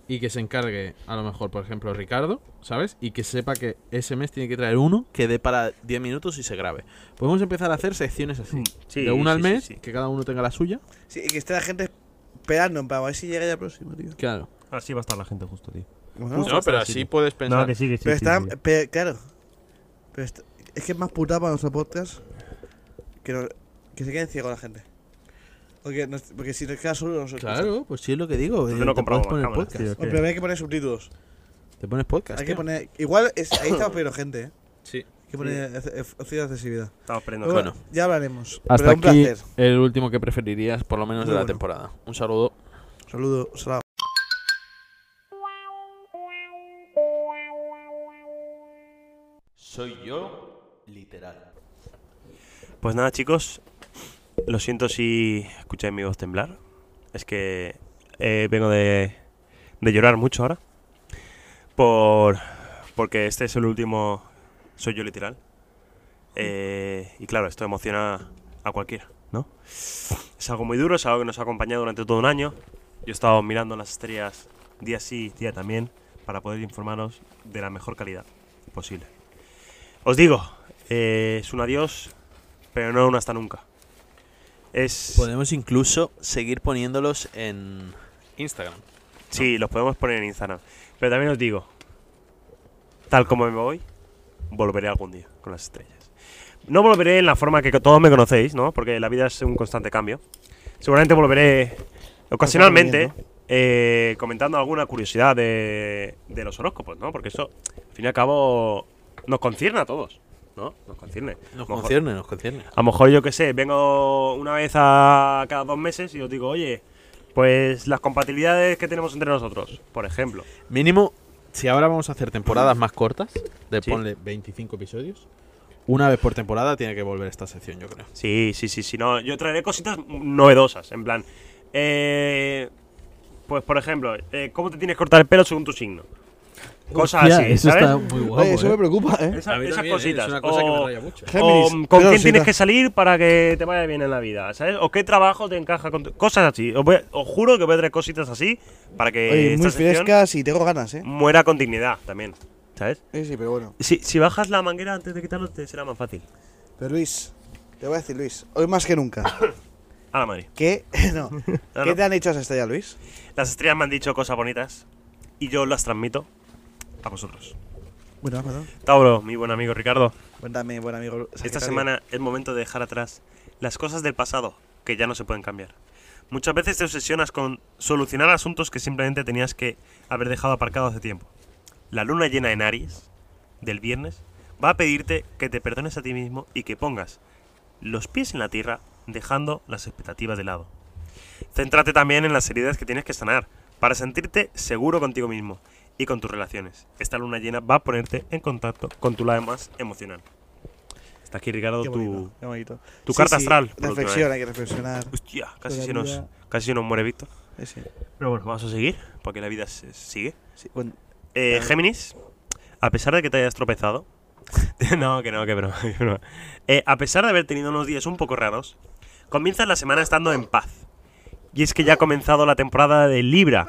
S1: Y que se encargue, a lo mejor, por ejemplo, Ricardo, ¿sabes? Y que sepa que ese mes tiene que traer uno que dé para 10 minutos y se grabe. Podemos empezar a hacer secciones así.
S2: Sí,
S1: de uno
S2: sí,
S1: al
S2: sí,
S1: mes,
S2: sí.
S1: que cada uno tenga la suya.
S3: Sí, y que esté la gente esperando para ver si llega ya el próximo, tío.
S1: Claro.
S2: Así va a estar la gente justo, tío.
S3: Bueno,
S7: No, pero así puedes pensar.
S2: No, que sí, que sí.
S3: pero
S2: sí,
S3: está.
S2: sí, sí.
S3: pero- claro. Pero está- es que es más putada para nuestro podcast que, no- que se queden ciegos la gente. Porque, nos- porque si nos queda solo, nos
S1: Claro, pues sí es lo que digo.
S2: Entonces
S1: eh,
S2: no
S1: te
S2: compramos
S1: puedes poner
S2: cámaras,
S1: podcast.
S2: tío.
S3: O, pero hay que poner subtítulos.
S1: Te pones podcast.
S3: Hay que
S1: tío.
S3: poner. Igual es, ahí estamos pidiendo gente, ¿eh?
S1: Sí.
S3: Hay que poner eh, ac- ac- opción de accesibilidad.
S2: Estamos perdiendo.
S3: Pero
S2: Bueno,
S3: Bueno, ya hablaremos.
S1: Hasta
S3: pero un
S1: aquí
S3: placer.
S1: el último que preferirías, por lo menos
S3: Muy
S1: de la
S3: bueno.
S1: temporada. Un saludo.
S3: Saludo, salao.
S9: Soy yo, literal.
S2: pues nada, chicos. Lo siento si escucháis mi voz temblar. Es que eh, vengo de, de llorar mucho ahora. Por, porque este es el último. Soy yo literal. Eh, y claro, esto emociona a cualquiera, ¿no? Es algo muy duro, es algo que nos ha acompañado durante todo un año. Yo he estado mirando las estrellas día sí, día también, para poder informaros de la mejor calidad posible. Os digo, eh, es un adiós, pero no un hasta nunca. Es.
S1: Pues
S7: Podemos incluso seguir poniéndolos en Instagram.
S2: Sí, los podemos poner en Instagram. Pero también os digo, tal como me voy, volveré algún día con las estrellas. No volveré en la forma que todos me conocéis, ¿no? Porque la vida es un constante cambio. Seguramente volveré ocasionalmente eh, comentando alguna curiosidad de, de los horóscopos, ¿no? Porque eso, al fin y al cabo, nos concierne a todos, ¿no? Nos concierne.
S7: Nos
S2: A lo mejor-
S7: concierne, nos concierne.
S2: a lo mejor yo que sé, vengo una vez a cada dos meses y os digo, oye, pues las compatibilidades que tenemos entre nosotros, por ejemplo.
S1: Mínimo, si ahora vamos a hacer temporadas más cortas, de
S2: Sí.
S1: ponle 25 episodios, una vez por temporada tiene que volver esta sección, yo creo.
S2: Sí, sí, sí, sí, no, yo traeré cositas novedosas, en plan, eh, pues por ejemplo, eh, ¿cómo te tienes que cortar el pelo según tu signo? Cosas
S1: Hostia,
S2: así,
S1: eso
S2: ¿sabes?
S1: está muy guapo.
S3: Oye, eso
S1: eh.
S3: me preocupa, ¿eh?
S2: Esa-
S1: A mí
S2: esas
S1: también, ¿eh?
S2: cositas.
S1: Es una cosa que
S2: o,
S1: me raya mucho.
S2: o,
S3: Géminis,
S2: mm,
S3: qué
S2: con quién
S3: cosita.
S2: tienes que salir para que te vaya bien en la vida, ¿sabes? O qué trabajo te encaja con tu- cosas así. Os, voy a- os juro que voy a traer cositas así para que
S3: Oye,
S2: esta
S3: muy
S2: sección
S3: frescas y tengo ganas, ¿eh?
S2: muera con dignidad también, ¿sabes?
S3: Sí, sí, pero bueno.
S2: Si, si bajas la manguera antes de quitarlo te será más fácil.
S3: Pero Luis, te voy a decir, Luis, hoy más que nunca,
S2: A la madre.
S3: ¿qué, no, ¿qué
S2: no.
S3: te han hecho hasta ya, Luis?
S2: Las estrellas me han dicho cosas bonitas y yo las transmito a vosotros.
S3: Bueno, ah, perdón.
S2: Tauro, mi buen amigo Ricardo,
S3: Pues Cuéntame, buen amigo.
S2: esta
S3: secretario.
S2: semana es momento de dejar atrás las cosas del pasado que ya no se pueden cambiar. Muchas veces te obsesionas con solucionar asuntos que simplemente tenías que haber dejado aparcado hace tiempo. La luna llena en Aries del viernes va a pedirte que te perdones a ti mismo y que pongas los pies en la tierra dejando las expectativas de lado. Céntrate también en las heridas que tienes que sanar para sentirte seguro contigo mismo y con tus relaciones. Esta luna llena va a ponerte en contacto con tu lado más emocional. Está aquí Ricardo
S3: Qué
S2: tu...
S3: bonito, qué bonito.
S2: tu carta astral, por última
S3: Reflexión, hay que reflexionar.
S2: Hostia, casi
S3: la
S2: se, nos,
S3: vida-
S2: casi se nos muere Víctor.
S3: Sí, sí.
S2: Pero bueno, vamos a seguir porque la vida se- sigue.
S3: Sí, bueno,
S2: Eh,
S3: Claro.
S2: Géminis, a pesar de que te hayas tropezado. no, que no, que broma. que broma. Eh, a pesar de haber tenido unos días un poco raros, comienzas la semana estando en paz. Y es que ya ha comenzado la temporada de Libra.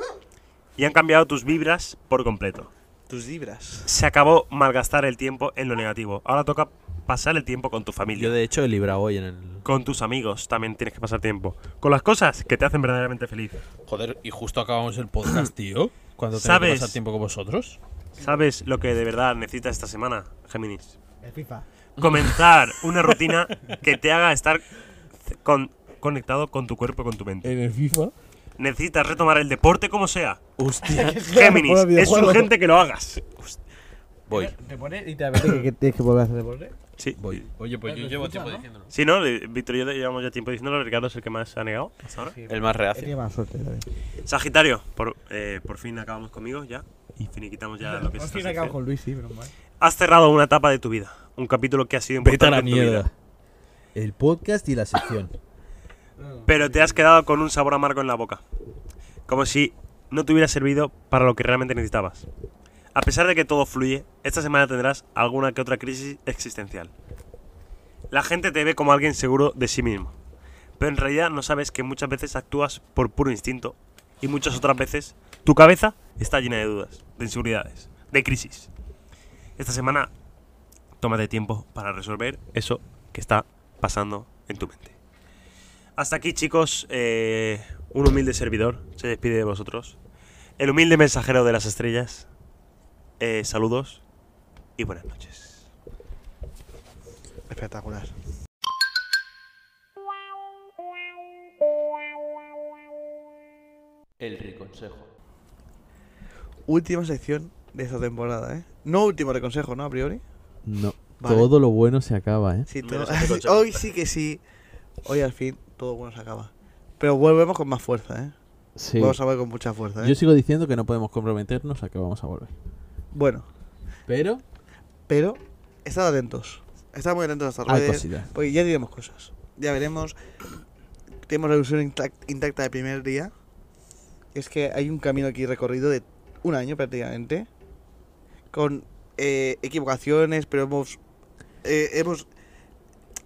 S2: y han cambiado tus vibras por completo.
S3: Tus libras.
S2: Se acabó malgastar el tiempo en lo negativo. Ahora toca pasar el tiempo con tu familia.
S10: Yo, de hecho, he librado hoy en el.
S2: Con tus amigos también tienes que pasar tiempo. Con las cosas que te hacen verdaderamente feliz.
S7: Joder, y justo acabamos el podcast, tío. Cuando tengo que
S2: ¿Sabes?
S7: pasar tiempo con vosotros.
S2: ¿Sabes lo que de verdad necesitas esta semana, Géminis?
S11: El FIFA.
S2: Comenzar una rutina que te haga estar c- con- conectado con tu cuerpo y con tu mente.
S11: En el FIFA.
S2: Necesitas retomar el deporte como sea.
S10: Hostia,
S2: Géminis,
S11: Juega
S2: es
S11: videojuegos.
S2: urgente que lo hagas.
S10: voy.
S11: Te pones y te advierte que- que tienes que volver a hacer deporte.
S2: Sí.
S10: Voy.
S7: Oye, pues yo llevo tiempo diciéndolo.
S2: Sí, ¿no? Eh, Víctor y yo llevamos ya tiempo diciéndolo. Ricardo es el que más se ha negado hasta ahora.
S10: El más
S11: He
S10: reacio.
S11: tenido más suerte también.
S2: Sagitario, por, eh, por fin acabamos conmigo ya. Y finiquitamos ya lo que es
S11: Por
S2: esta
S11: fin acabo
S2: sección.
S11: con Luis, sí, menos mal.
S2: Has cerrado una etapa de tu vida. Un capítulo que ha sido importante en tu vida.
S1: El podcast y la sección.
S2: Pero te has quedado con un sabor amargo en la boca. Como si no te hubiera servido para lo que realmente necesitabas. A pesar de que todo fluye, esta semana tendrás alguna que otra crisis existencial. La gente te ve como alguien seguro de sí mismo. Pero en realidad no sabes que muchas veces actúas por puro instinto. Y muchas otras veces tu cabeza está llena de dudas, de inseguridades, de crisis. Esta semana tómate tiempo para resolver eso que está pasando en tu mente. Hasta aquí, chicos. eh, un humilde servidor se despide de vosotros. El humilde mensajero de las estrellas. Eh, saludos y buenas noches.
S3: Espectacular.
S12: El Riconsejo.
S3: Última sección de esta temporada, ¿eh? No último de consejo, ¿no? A priori.
S1: No.
S3: Vale.
S1: Todo lo bueno se acaba, ¿eh?
S3: Sí,
S2: Menos
S3: todo-
S2: el reconsejo.
S3: Hoy sí que sí. Hoy al fin todo bueno se acaba. Pero volvemos con más fuerza, ¿eh?
S1: Sí.
S3: Vamos a ver con mucha fuerza, ¿eh?
S1: Yo sigo diciendo que no podemos comprometernos a que vamos a volver.
S3: Bueno,
S1: Pero
S3: pero estad atentos. Estad muy atentos a estas
S1: hay
S3: redes.
S1: cosillas.
S3: Pues ya diremos cosas. Ya veremos. Tenemos la ilusión intac- intacta del primer día. Es que hay un camino aquí recorrido de un año prácticamente. Con eh, equivocaciones, pero hemos, eh, hemos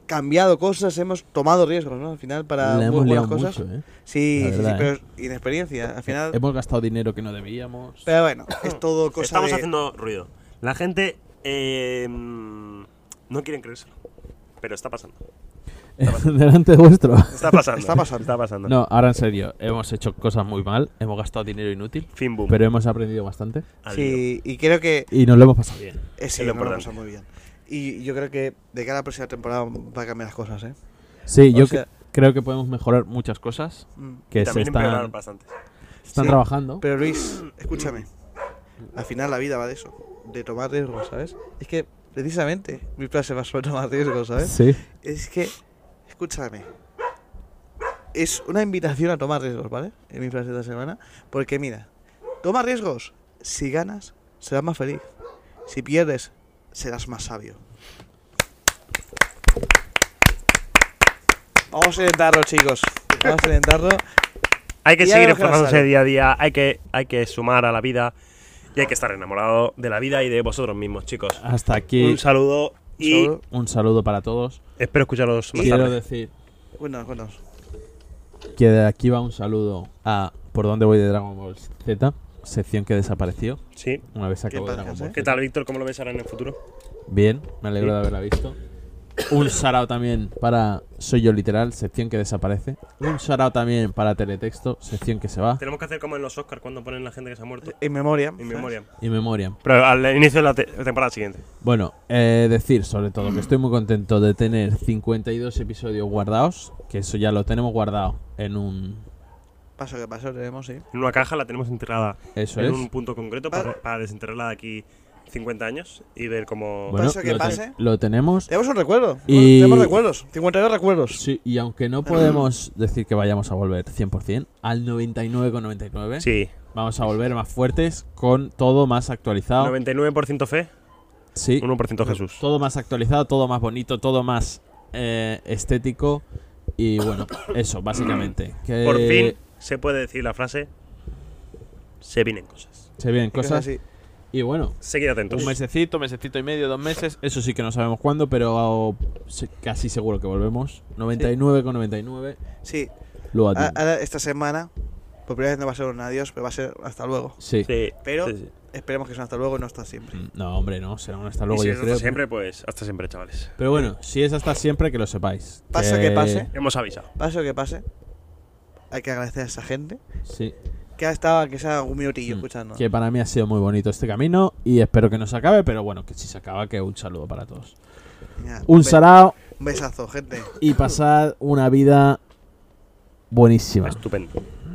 S3: cambiado cosas, hemos tomado riesgos, ¿no? Al final para
S1: La
S3: muy
S1: hemos
S3: buenas
S1: liado
S3: cosas.
S1: mucho, ¿eh?
S3: Sí,
S1: La
S3: sí,
S1: verdad, ¿eh?
S3: sí, pero es inexperiencia. Al final.
S1: Hemos gastado dinero que no debíamos.
S3: Pero bueno, es todo cosa
S2: Estamos
S3: de-
S2: haciendo ruido. La gente eh, mm, no quieren creérselo. Pero está pasando.
S1: Delante vuestro.
S2: Está pasando.
S3: Está pasando.
S2: Está pasando.
S7: No, ahora en serio, hemos hecho cosas muy mal, hemos gastado dinero inútil,
S2: Fin boom.
S1: Pero hemos aprendido bastante.
S2: Al lío.
S3: Sí, y creo que
S1: Y nos lo hemos pasado bien.
S3: eh, sí,
S2: Es lo
S3: nos lo
S2: importante.
S3: hemos pasado muy bien. Y yo creo que de cara a la próxima temporada va a cambiar las cosas, ¿eh?
S1: Sí,
S3: O
S1: yo
S3: sea,
S1: cre- creo que podemos mejorar muchas cosas
S3: mm.
S1: que se
S2: También empeoraron
S1: están,
S2: bastante.
S1: están
S3: Sí.
S1: trabajando.
S3: Pero Luis, escúchame. Al final la vida va de eso, de tomar riesgos, ¿sabes? Es que precisamente mi frase va sobre tomar riesgos, ¿sabes?
S1: Sí.
S3: Es que, escúchame. Es una invitación a tomar riesgos, ¿vale? En mi frase de esta semana. Porque mira, toma riesgos. Si ganas, serás más feliz. Si pierdes, serás más sabio. Vamos a intentarlo, chicos. Vamos a intentarlo.
S2: Hay que
S3: Y
S2: seguir
S3: algo que no
S2: esforzándose
S3: sale.
S2: día a día. Hay que, hay que sumar a la vida. Y hay que estar enamorado de la vida y de vosotros mismos, chicos.
S1: Hasta aquí
S2: Un saludo y
S3: Solo-
S1: un saludo para todos.
S2: espero escucharos más
S1: Quiero
S2: tarde.
S1: decir
S3: Cuéntanos, cuéntanos.
S1: que de aquí va un saludo a Por dónde voy de Dragon Ball Z, sección que desapareció
S2: Sí.
S1: una vez acabó
S3: Que en paz
S1: Dragon Ball.
S2: ¿eh? ¿Qué tal, Víctor? ¿Cómo lo ves ahora en el futuro?
S1: Bien, me alegro de haberla visto. Un sarao también para Soy yo literal, sección que desaparece. Un sarao también para Teletexto, sección que se va.
S2: Tenemos que hacer como en los Oscars cuando ponen la gente que se ha muerto.
S3: En memoria.
S2: En memoria.
S1: Y memoria.
S2: Eh, Pero al inicio de la te- temporada siguiente.
S1: Bueno, eh, decir sobre todo que estoy muy contento de tener 52 episodios guardados, que eso ya lo tenemos guardado en un...
S3: Paso que paso tenemos, sí.
S2: En una caja la tenemos enterrada
S1: Eso
S2: en
S1: es. Ah.
S2: un punto concreto para, para desenterrarla de aquí 50 años y ver cómo.
S1: Bueno,
S3: Pase que
S1: lo, te-
S3: pase.
S1: lo tenemos.
S3: Tenemos un recuerdo.
S1: Y-
S3: Tenemos recuerdos. 52
S2: Pues
S3: recuerdos.
S1: Sí, y aunque no podemos decir que vayamos a volver 100%, al 99,99
S2: Sí,
S1: vamos a volver más fuertes con todo más actualizado.
S2: 99% fe,
S1: Sí,
S2: 1% Jesús.
S1: todo más actualizado, todo más bonito, todo más eh, estético. Y bueno, eso, básicamente. Que
S2: Por fin se puede decir la frase: Se vienen cosas.
S1: Se vienen cosas.
S3: así.
S1: Y bueno,
S2: Seguid atentos.
S1: un mesecito, mesecito y medio, dos meses. Eso sí que no sabemos cuándo, pero se- casi seguro que volvemos. 99,99.
S3: Sí.
S1: Lo
S3: A-
S1: atiendo.
S3: Ahora, esta semana Por primera vez no va a ser un adiós, pero va a ser hasta luego.
S1: Sí.
S2: Sí,
S3: Pero
S2: sí, sí.
S3: esperemos que sea hasta luego y no hasta siempre.
S1: Mm, No, hombre, no. Será un hasta
S2: Y
S1: luego,
S2: si
S1: yo
S2: es hasta
S1: creo.
S2: siempre, pues hasta siempre, chavales.
S1: Pero bueno, si es hasta siempre, que lo sepáis.
S3: Pasa que pase.
S2: Hemos avisado.
S3: Pase lo que pase, hay que agradecer a esa gente
S1: Sí.
S3: que ha estado, que sea un minutillo
S1: Mm,
S3: escuchando.
S1: Que para mí ha sido muy bonito este camino y espero que no se acabe, pero bueno, que si se acaba, que un saludo para todos.
S3: Venga,
S1: Un
S3: be-
S1: sarao
S3: Un besazo, gente.
S1: y pasad una vida buenísima.
S2: Estupendo.